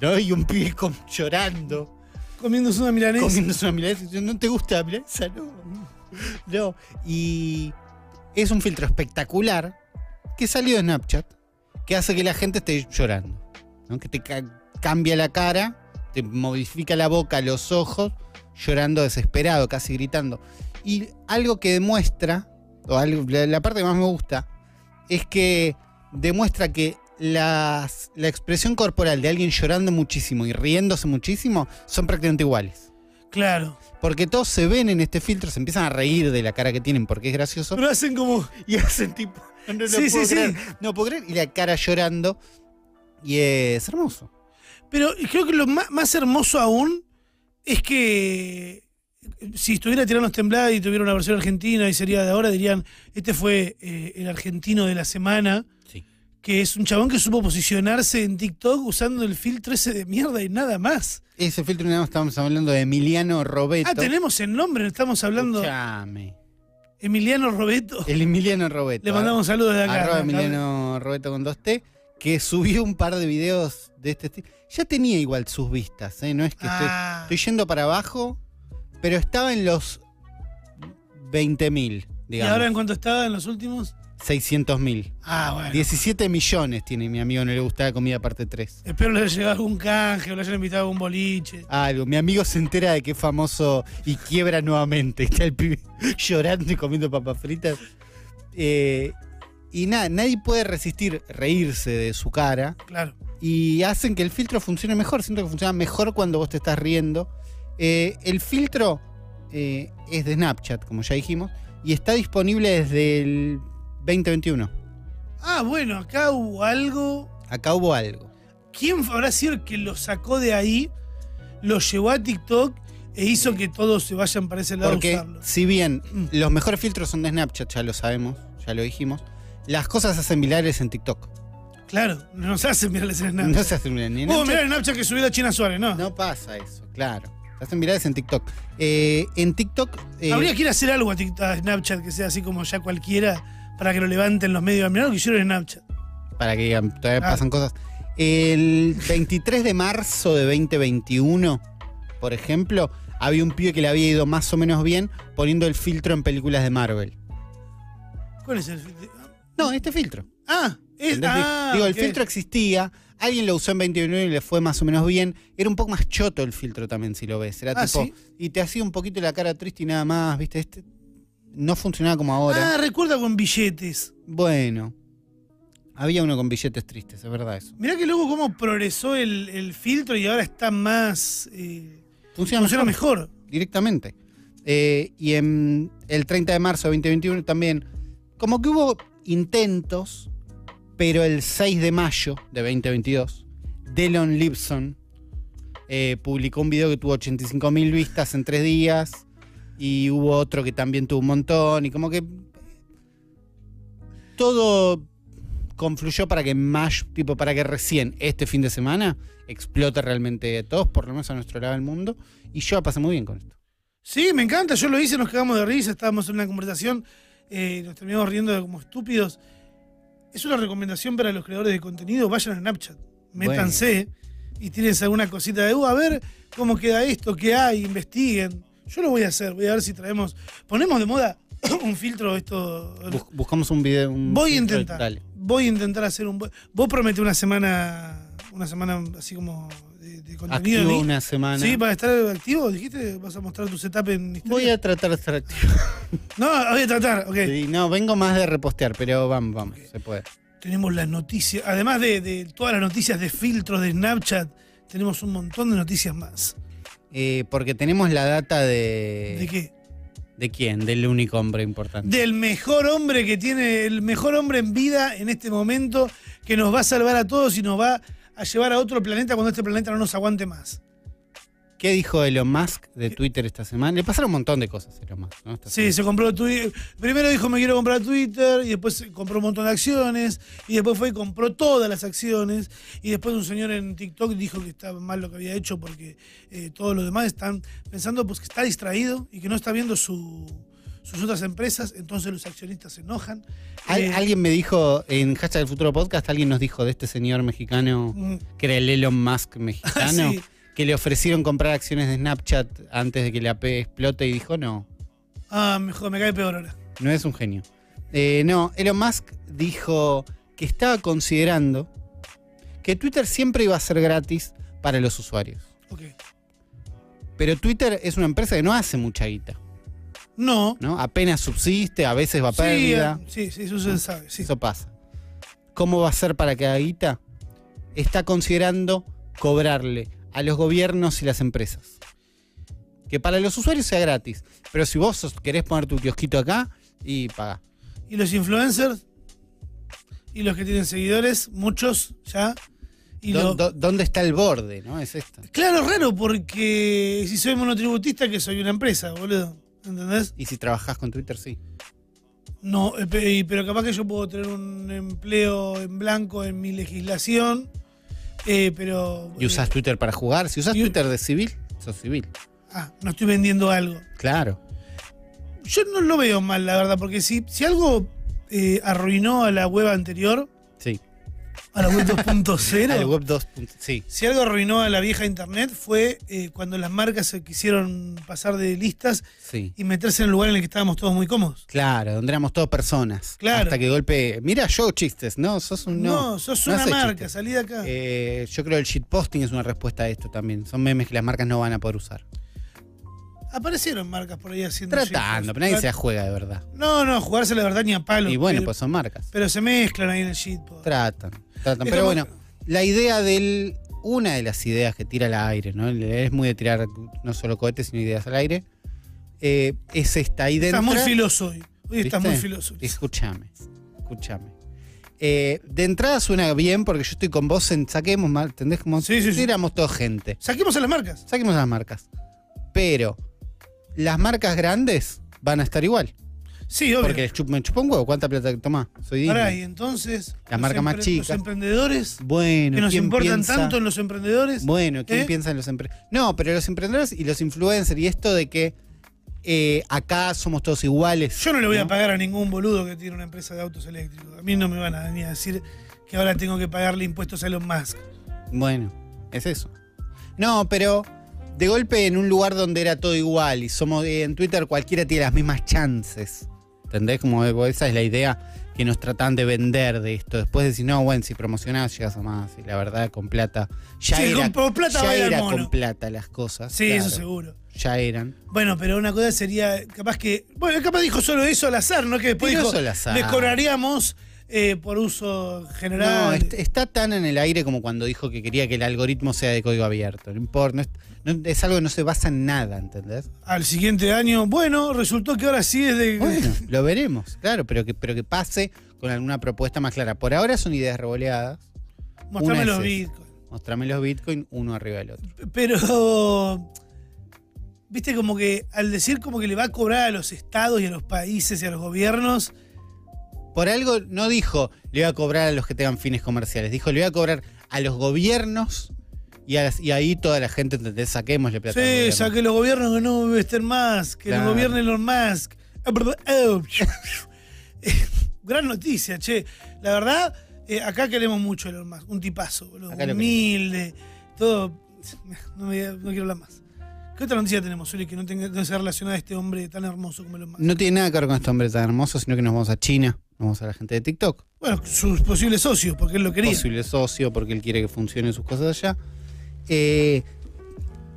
¿No? Y un pibe con- llorando, Comiéndose una milanesa. comiéndose una milanesa, diciendo, no te gusta la milanesa, no. No. Y es un filtro espectacular que salió de Snapchat, que hace que la gente esté llorando. ¿no? Que te ca- cambia la cara, te modifica la boca, los ojos, llorando desesperado, casi gritando. Y algo que demuestra, o algo, la, la parte que más me gusta, es que demuestra que las- la expresión corporal de alguien llorando muchísimo y riéndose muchísimo son prácticamente iguales. Claro. Porque todos se ven en este filtro, se empiezan a reír de la cara que tienen porque es gracioso Pero hacen como... y hacen tipo. No, lo Sí, puedo sí, creer, sí. No puedo creer. Y la cara llorando. Y es hermoso. Pero creo que lo ma- más, hermoso aún es que si estuviera Tiranos Temblada y tuviera una versión argentina y sería de ahora, dirían, este fue eh, el argentino de la semana, Sí. que es un chabón que supo posicionarse en TikTok usando el filtro ese de mierda y nada más. Ese filtro nada más estábamos hablando de Emiliano Robeto. Ah, tenemos el nombre, estamos hablando Escuchame. Emiliano Robeto. El Emiliano Robeto. Le mandamos saludos de acá. Arroba ¿no? Emiliano Roberto con 2T, que subió un par de videos de este estilo. Ya tenía igual sus vistas, ¿eh? No es que estoy- Ah, estoy, yendo para abajo, pero estaba en los 20.000, ¿Y digamos. ahora en cuánto estaba en los últimos? 600.000. Ah, bueno. 17 millones tiene mi amigo, no le gusta la comida parte 3. Espero le haya llegado algún canje o le hayan invitado a algún boliche. Algo, mi amigo se entera de que es famoso y quiebra nuevamente. Está el pibe llorando y comiendo papas fritas. Eh, y nada, nadie puede resistir reírse de su cara. Claro. y hacen que el filtro funcione mejor. Siento que funciona mejor cuando vos te estás riendo. Eh, el filtro eh, es de Snapchat, como ya dijimos, y está disponible desde el 2021. Ah, bueno, acá hubo algo. Acá hubo algo. ¿Quién habrá sido el que lo sacó de ahí, lo llevó a TikTok e hizo que todos se vayan para ese lado a Porque usarlo? Mm. si bien los mejores filtros son de Snapchat, ya lo sabemos, ya lo dijimos, las cosas se hacen virales en TikTok. Claro, no nos hacen mirar las Snapchat. No se hacen virales ni en Vos mirá Snapchat, el Snapchat que subió a China Suárez, ¿no? No pasa eso, claro. Se hacen virales en TikTok. Eh, en TikTok... eh, Habría que ir a hacer algo a, Tik- a Snapchat que sea así como ya cualquiera para que lo levanten los medios. Mirá lo que hicieron en Snapchat. para que digan, todavía Ah. pasan cosas. El 23 de marzo de 2021, por ejemplo, había un pibe que le había ido más o menos bien poniendo el filtro en películas de Marvel. ¿Cuál es el filtro? No, este filtro. Ah, es. ¿entendés? Ah, Digo, el ok. filtro existía, alguien lo usó en 21 y le fue más o menos bien. Era un poco más choto el filtro también, si lo ves. Era Ah, tipo, ¿sí? y te hacía un poquito la cara triste y nada más, ¿viste? Este no funcionaba como ahora. Ah, recuerda con billetes. Bueno, había uno con billetes tristes, es verdad eso. Mirá que luego cómo progresó el, el filtro y ahora está más. eh, Funciona, funciona mejor. mejor. directamente. Eh, y en el 30 de marzo de 2021 también, como que hubo intentos, pero el 6 de mayo de 2022, Delon Lipson eh, publicó un video que tuvo 85 mil vistas en tres días y hubo otro que también tuvo un montón y como que todo confluyó para que más tipo para que recién este fin de semana explote realmente a todos por lo menos a nuestro lado del mundo y yo la pasé muy bien con esto. Sí, me encanta, yo lo hice, nos cagamos de risa, estábamos en una conversación, eh, nos terminamos riendo de como estúpidos. Es una recomendación para los creadores de contenido, vayan a Snapchat, métanse y tienes alguna cosita de, uh, a ver cómo queda esto, qué hay, investiguen. Yo lo voy a hacer, voy a ver si traemos, ponemos de moda un filtro esto. Bus- buscamos un video. un- Voy a un- intentar, Mm, Dale. voy a intentar hacer un... buen- Vos promete una semana, una semana así como de, de contenido. Activo ¿sí? una semana. Sí, para estar activo, dijiste, vas a mostrar tu setup en Instagram. Voy a tratar de estar activo. No, voy a tratar, ok. Sí, No, vengo más de repostear, pero vamos, vamos, se puede. Tenemos las noticias, además de, de todas las noticias de filtros de Snapchat, tenemos un montón de noticias más. Eh, porque tenemos la data de. ¿De qué? ¿De quién? Del único hombre importante. Del mejor hombre que tiene, el mejor hombre en vida en este momento, que nos va a salvar a todos y nos va a llevar a otro planeta cuando este planeta no nos aguante más. ¿Qué dijo Elon Musk de Twitter esta semana? Le pasaron un montón de cosas a Elon Musk, ¿no? Esta Sí, semana. se compró Twitter. Primero dijo me quiero comprar Twitter y después se compró un montón de acciones y después fue y compró todas las acciones y después un señor en TikTok dijo que estaba mal lo que había hecho porque eh, todos los demás están pensando pues que está distraído y que no está viendo su- sus otras empresas, entonces los accionistas se enojan. Al- Eh, alguien me dijo en Hashtag del Futuro Podcast, alguien nos dijo de este señor mexicano, mm, que era el Elon Musk mexicano, Sí. que le ofrecieron comprar acciones de Snapchat antes de que la app explote y dijo no. ah, mejor, me cae peor ahora. No es un genio. Eh, no, Elon Musk dijo que estaba considerando que Twitter siempre iba a ser gratis para los usuarios. Ok. Pero Twitter es una empresa que no hace mucha guita, No. ¿no? Apenas subsiste, a veces va a Sí, pérdida. eh, sí, sí, eso se sabe. sí. Eso pasa. ¿Cómo va a ser para que haga guita? Está considerando cobrarle a los gobiernos y las empresas. Que para los usuarios sea gratis. Pero si vos sos- querés poner tu kiosquito acá y pagá. Y los influencers y los que tienen seguidores, muchos ya, Y ¿Dó- lo- dó- ¿Dónde está el borde, no? Es esto. Claro, raro, porque si soy monotributista, que soy una empresa, boludo. ¿Entendés? Y si trabajás con Twitter, sí. No, eh, pe- y- pero capaz que yo puedo tener un empleo en blanco en mi legislación, eh, pero... Y usás eh, Twitter para jugar. Si usás y- Twitter de civil, sos civil. ah, no estoy vendiendo algo. Claro. Yo no lo veo mal, la verdad, porque si, si algo eh, arruinó a la web anterior, Sí. a la web Al 2.0, web 2. Sí. si algo arruinó a la vieja internet fue eh, cuando las marcas se quisieron pasar de listas Sí. y meterse en el lugar en el que estábamos todos muy cómodos. Claro, donde éramos todos personas. Claro. Hasta que golpe. Mira, yo hago chistes. No, sos un. No, No, sos No una haces marca, chistes. salí de acá. Eh, yo creo que el shitposting es una respuesta a esto también. Son memes que las marcas no van a poder usar. Aparecieron marcas por ahí haciendo... Tratando, shitpost. pero nadie se la juega de verdad. No, no, jugarse la verdad ni a palo. Y bueno, pero, pues son marcas. pero se mezclan ahí en el shitpost. Tratan, tratan. Es Pero como- bueno, la idea del. Una de las ideas que tira al aire, ¿no? Es muy de tirar no solo cohetes, sino ideas al aire. eh, es esta. Y dentro, Estás muy filoso hoy. Hoy estás ¿viste? muy filoso. Escúchame, escúchame. Eh, de entrada suena bien porque yo estoy con vos en saquemos, mar- ¿entendés? Como Sí, sí, si sí. éramos toda gente. Saquemos a las marcas. Saquemos las marcas. Pero las marcas grandes van a estar igual. Sí, obvio. Porque les chup- me chupó un huevo. ¿Cuánta plata que tomás? Soy Disney. Pará, y entonces. La los marca más empre- chica. Los emprendedores Bueno, que nos ¿quién importan piensa- tanto en los emprendedores. Bueno, ¿quién ¿Eh? piensa en los emprendedores? No, pero los emprendedores y los influencers y esto de que eh, acá somos todos iguales. Yo no le voy a ¿no? pagar a ningún boludo que tiene una empresa de autos eléctricos. A mí no me van a venir a decir que ahora tengo que pagarle impuestos a Elon Musk. Bueno, es eso. No, pero de golpe en un lugar donde era todo igual y somos eh, en Twitter cualquiera tiene las mismas chances. ¿Entendés? Como eh, esa es la idea que nos tratan de vender de esto. Después decir, no, bueno, si promocionás llegas a más. Y la verdad, con plata. Ya Sí, era, con- con plata ya baila el era mono. con plata las cosas. Sí, claro, eso seguro. Ya eran. Bueno, pero una cosa sería, capaz que. Bueno, capaz dijo solo eso al azar, ¿no? Que después Tiró dijo. eso al azar. Les cobraríamos eh, por uso general. No, este est- está tan en el aire como cuando dijo que quería que el algoritmo sea de código abierto. No importa, no es, no- es algo que no se basa en nada, ¿entendés? Al siguiente año, bueno, resultó que ahora sí es de. Bueno, lo veremos, claro, pero que, pero que pase con alguna propuesta más clara. Por ahora son ideas revoleadas. mostrame una los es esa. bitcoins. Mostrame los Bitcoin uno arriba del otro. Pero. Viste, como que al decir como que le va a cobrar a los estados y a los países y a los gobiernos. Por algo no dijo le voy a cobrar a los que tengan fines comerciales, dijo le voy a cobrar a los gobiernos y, a las- y ahí toda la gente, ¿entendés? Saquémosle plata. al Sí, gobierno. ya que los gobiernos que no estén más, que Claro. no gobiernen los más. Ah, Eh, Gran noticia, che. La verdad, eh, acá queremos mucho a Elon Musk. Un tipazo, boludo. Acá lo Humilde, todo. No, me- no quiero hablar más. ¿Qué otra noticia tenemos, Uli, que no, tenga, no sea relacionada a este hombre tan hermoso como Elon Musk? No tiene nada que ver con este hombre tan hermoso, sino que nos vamos a China, nos vamos a la gente de TikTok. Bueno, sus posibles socios, porque él lo quería. posible socio porque él quiere que funcionen sus cosas allá. Eh,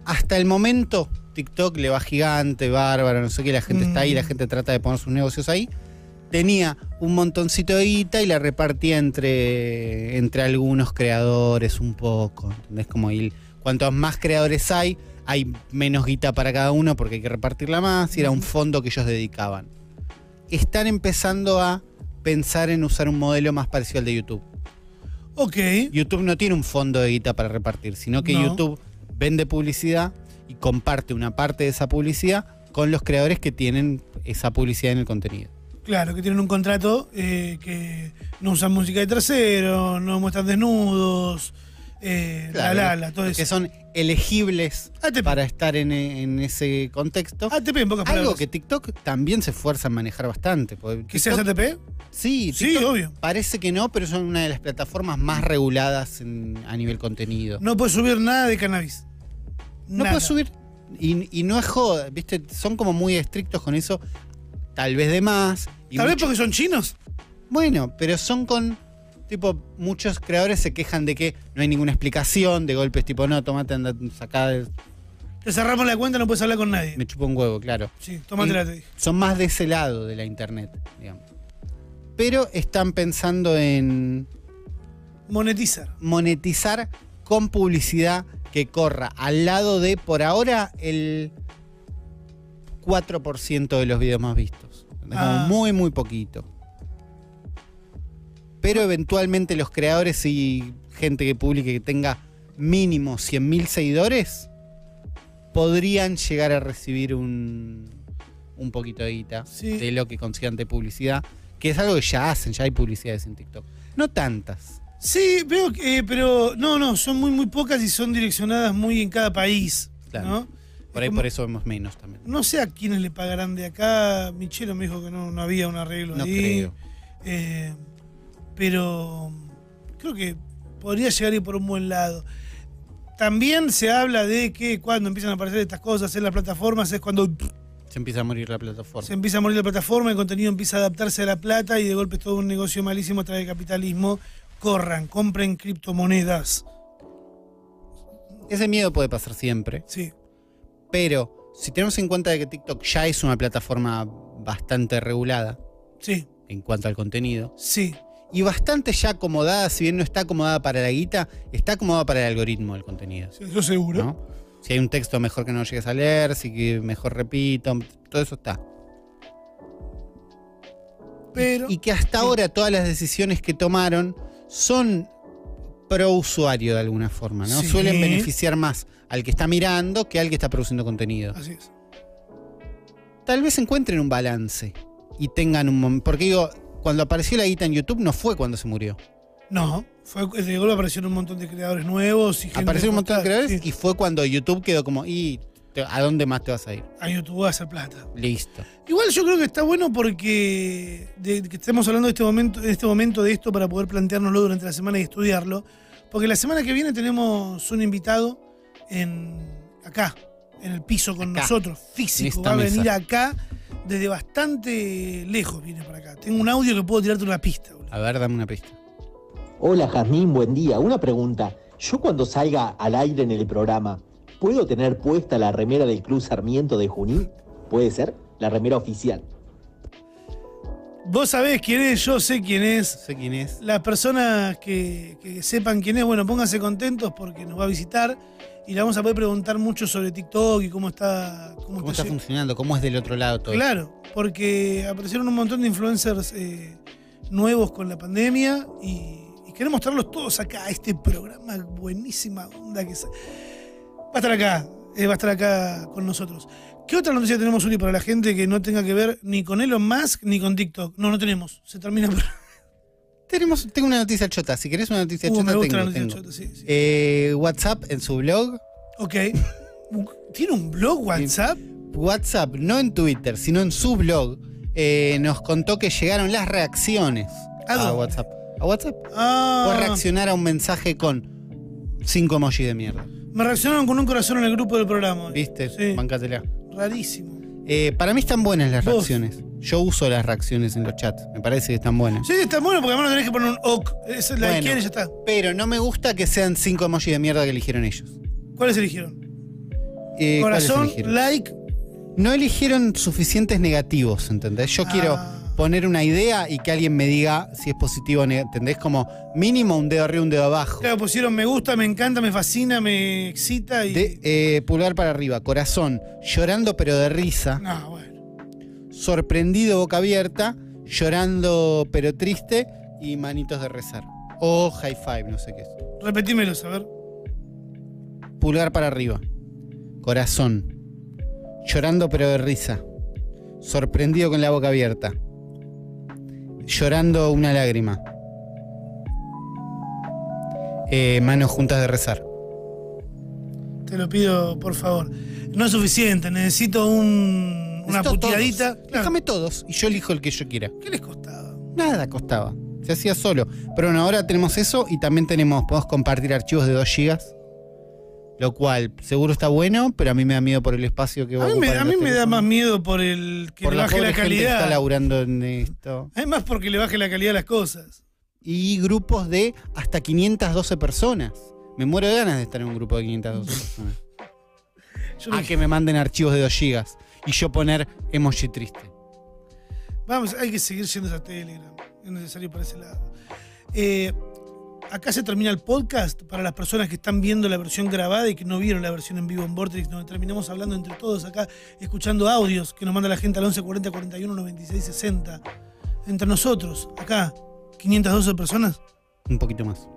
hasta el momento, TikTok le va gigante, bárbaro, no sé qué, la gente está ahí, la gente trata de poner sus negocios ahí. Tenía un montoncito de guita y la repartía entre, entre algunos creadores un poco. ¿Entendés? Como el- cuantos más creadores hay, hay menos guita para cada uno porque hay que repartirla más. Y era un fondo que ellos dedicaban. Están empezando a pensar en usar un modelo más parecido al de YouTube. Ok. YouTube no tiene un fondo de guita para repartir, sino que No. YouTube vende publicidad y comparte una parte de esa publicidad con los creadores que tienen esa publicidad en el contenido. Claro, que tienen un contrato eh, que no usan música de terceros, no muestran desnudos, eh, Claro, la la la, todo eso. Que son elegibles ATP, para estar en, en ese contexto. ATP en pocas Algo palabras. que TikTok también se esfuerza en manejar bastante. porque ¿Que seas TikTok- ATP? sí, Sí, TikTok obvio. parece que no, pero son una de las plataformas más reguladas en- a nivel contenido. No puedes subir nada de cannabis. No Nada. puedes subir. Y, y no es joda, ¿viste? Son como muy estrictos con eso. Tal vez de más. y Tal vez mucho- porque son chinos. Bueno, pero son con. Tipo, muchos creadores se quejan de que no hay ninguna explicación. De golpes, tipo, no, tomate, anda, sacá, Te cerramos la cuenta, no puedes hablar con nadie. me chupa un huevo, claro. Sí, tómatela, Y te dije. Son más de ese lado de la internet, digamos. Pero están pensando en Monetizar. monetizar con publicidad que corra al lado de, por ahora, el 4% de los videos más vistos. Es como Ah. muy, muy poquito. Pero eventualmente los creadores y gente que publique que tenga mínimo 100.000 seguidores, podrían llegar a recibir un, un poquito de guita Sí. de lo que consigan de publicidad, que es algo que ya hacen, ya hay publicidades en TikTok. No tantas. Sí, veo que, eh, pero no, no, son muy, muy pocas y son direccionadas muy en cada país. Claro. ¿no? Por ahí Como- por eso vemos menos también. No sé a quiénes le pagarán de acá. Michelo me dijo que no, no había un arreglo No ahí. creo. Eh, pero mm, creo que podría llegar a ir por un buen lado. También se habla de que cuando empiezan a aparecer estas cosas en las plataformas es cuando Se empieza a morir la plataforma. se em- empieza a morir la plataforma, el contenido empieza a adaptarse a la plata y de golpe es todo un negocio malísimo a través del capitalismo. Corran, compren criptomonedas. Ese miedo puede pasar siempre. Sí. Pero si tenemos en cuenta de que TikTok ya es una plataforma bastante regulada Sí, en cuanto al contenido sí, y bastante ya acomodada, si bien no está acomodada para la guita, está acomodada para el algoritmo del contenido. sí, eso seguro. ¿no? Si hay un texto mejor que no llegues a leer, si que mejor repito, todo eso está. Pero Y que hasta ahora todas las decisiones que tomaron son pro usuario de alguna forma, ¿no? Sí. Suelen beneficiar más al que está mirando que al que está produciendo contenido. así es. tal vez encuentren un balance y tengan un momento. Porque digo, cuando apareció la guita en YouTube no fue cuando se murió. No, fue de golpe aparecieron un montón de creadores nuevos y gente Aparecieron un montón de postada, creadores y fue cuando YouTube quedó como, ¿y te- a dónde más te vas a ir? sí, a YouTube a hacer plata. Listo. Igual yo creo que está bueno porque de, que estemos hablando de este momento, de este momento de esto para poder planteárnoslo durante la semana y estudiarlo, porque la semana que viene tenemos un invitado en acá, en el piso con Acá, nosotros, en físico, esta va a venir mesa. acá desde bastante lejos viene para acá. Tengo un audio que puedo tirarte una pista, boludo. A ver, dame una pista. Hola Jazmín, buen día. Una pregunta. Yo cuando salga al aire en el programa, ¿puedo tener puesta la remera del Club Sarmiento de Junín? ¿Puede ser? La remera oficial. Vos sabés quién es, yo sé quién es. No sé quién es. Las personas que, que sepan quién es, bueno, pónganse contentos porque nos va a visitar y le vamos a poder preguntar mucho sobre TikTok y cómo está, cómo ¿Cómo está está lle- funcionando? ¿Cómo es del otro lado todo? Claro, porque aparecieron un montón de influencers eh, nuevos con la pandemia y, y queremos mostrarlos todos acá, a este programa, buenísima onda que sa- va a estar acá, eh, va a estar acá con nosotros. ¿Qué otra noticia tenemos, Uri, para la gente que no tenga que ver ni con Elon Musk ni con TikTok? No, no tenemos, se termina. por- Tenemos, tengo una noticia chota. Si querés una noticia Uh, chota, me gusta tengo. la noticia tengo. chota, sí, sí. Eh, WhatsApp en su blog. Ok. ¿Tiene un blog WhatsApp? WhatsApp, no en Twitter, sino en su blog, eh, nos contó que llegaron las reacciones ¿A a dónde? WhatsApp. A WhatsApp. Puedes Ah, reaccionar a un mensaje con cinco emojis de mierda. me reaccionaron con un corazón en el grupo del programa. ¿Viste? Sí. Bancátela. Rarísimo. Eh, para mí están buenas las Vos. reacciones. Yo uso las reacciones en los chats. Me parece que están buenas. Sí, está bueno porque además no tenés que poner un OK. Esa es la Bueno. izquierda y ya está. Pero no me gusta que sean cinco emojis de mierda que eligieron ellos. ¿Cuáles eligieron? Eh, ¿cuáles corazón, eligieron? like. No eligieron suficientes negativos, ¿entendés? Yo Ah. quiero poner una idea y que alguien me diga si es positivo o negativo. ¿Entendés? Como mínimo un dedo arriba, un dedo abajo. Claro, pusieron me gusta, me encanta, me fascina, me excita y. De, eh, pulgar para arriba, corazón, llorando pero de risa. No, bueno. sorprendido boca abierta, llorando pero triste y manitos de rezar. O high five, no sé qué es. Repetímelos, a ver. Pulgar para arriba. Corazón. Llorando pero de risa. Sorprendido con la boca abierta. Llorando una lágrima. Eh, manos juntas de rezar. Te lo pido, por favor. No es suficiente, necesito un, una Necesito puteadita. todos. Claro, Déjame todos y yo elijo el que yo quiera. ¿Qué les costaba? Nada costaba. Se hacía solo. Pero bueno, ahora tenemos eso y también tenemos, podemos compartir archivos de 2 gigas. Lo cual seguro está bueno, pero a mí me da miedo por el espacio que va A mí, me, ocupar este a el mí me da teléfono. más miedo por el que por le la baje pobre la gente que está calidad. laburando en esto. Además porque le baje la calidad a las cosas. Y grupos de hasta 512 personas. Me muero de ganas de estar en un grupo de 512 personas. Yo A no- que me manden archivos de 2 gigas y yo poner emoji triste. Vamos, hay que seguir yendo a Telegram. Es necesario para ese lado. Eh, acá se termina el podcast para las personas que están viendo la versión grabada y que no vieron la versión en vivo en Vortex, donde terminamos hablando entre todos acá, escuchando audios que nos manda la gente al 11 40 41 96 60. Entre nosotros, acá, 512 personas. Un poquito más.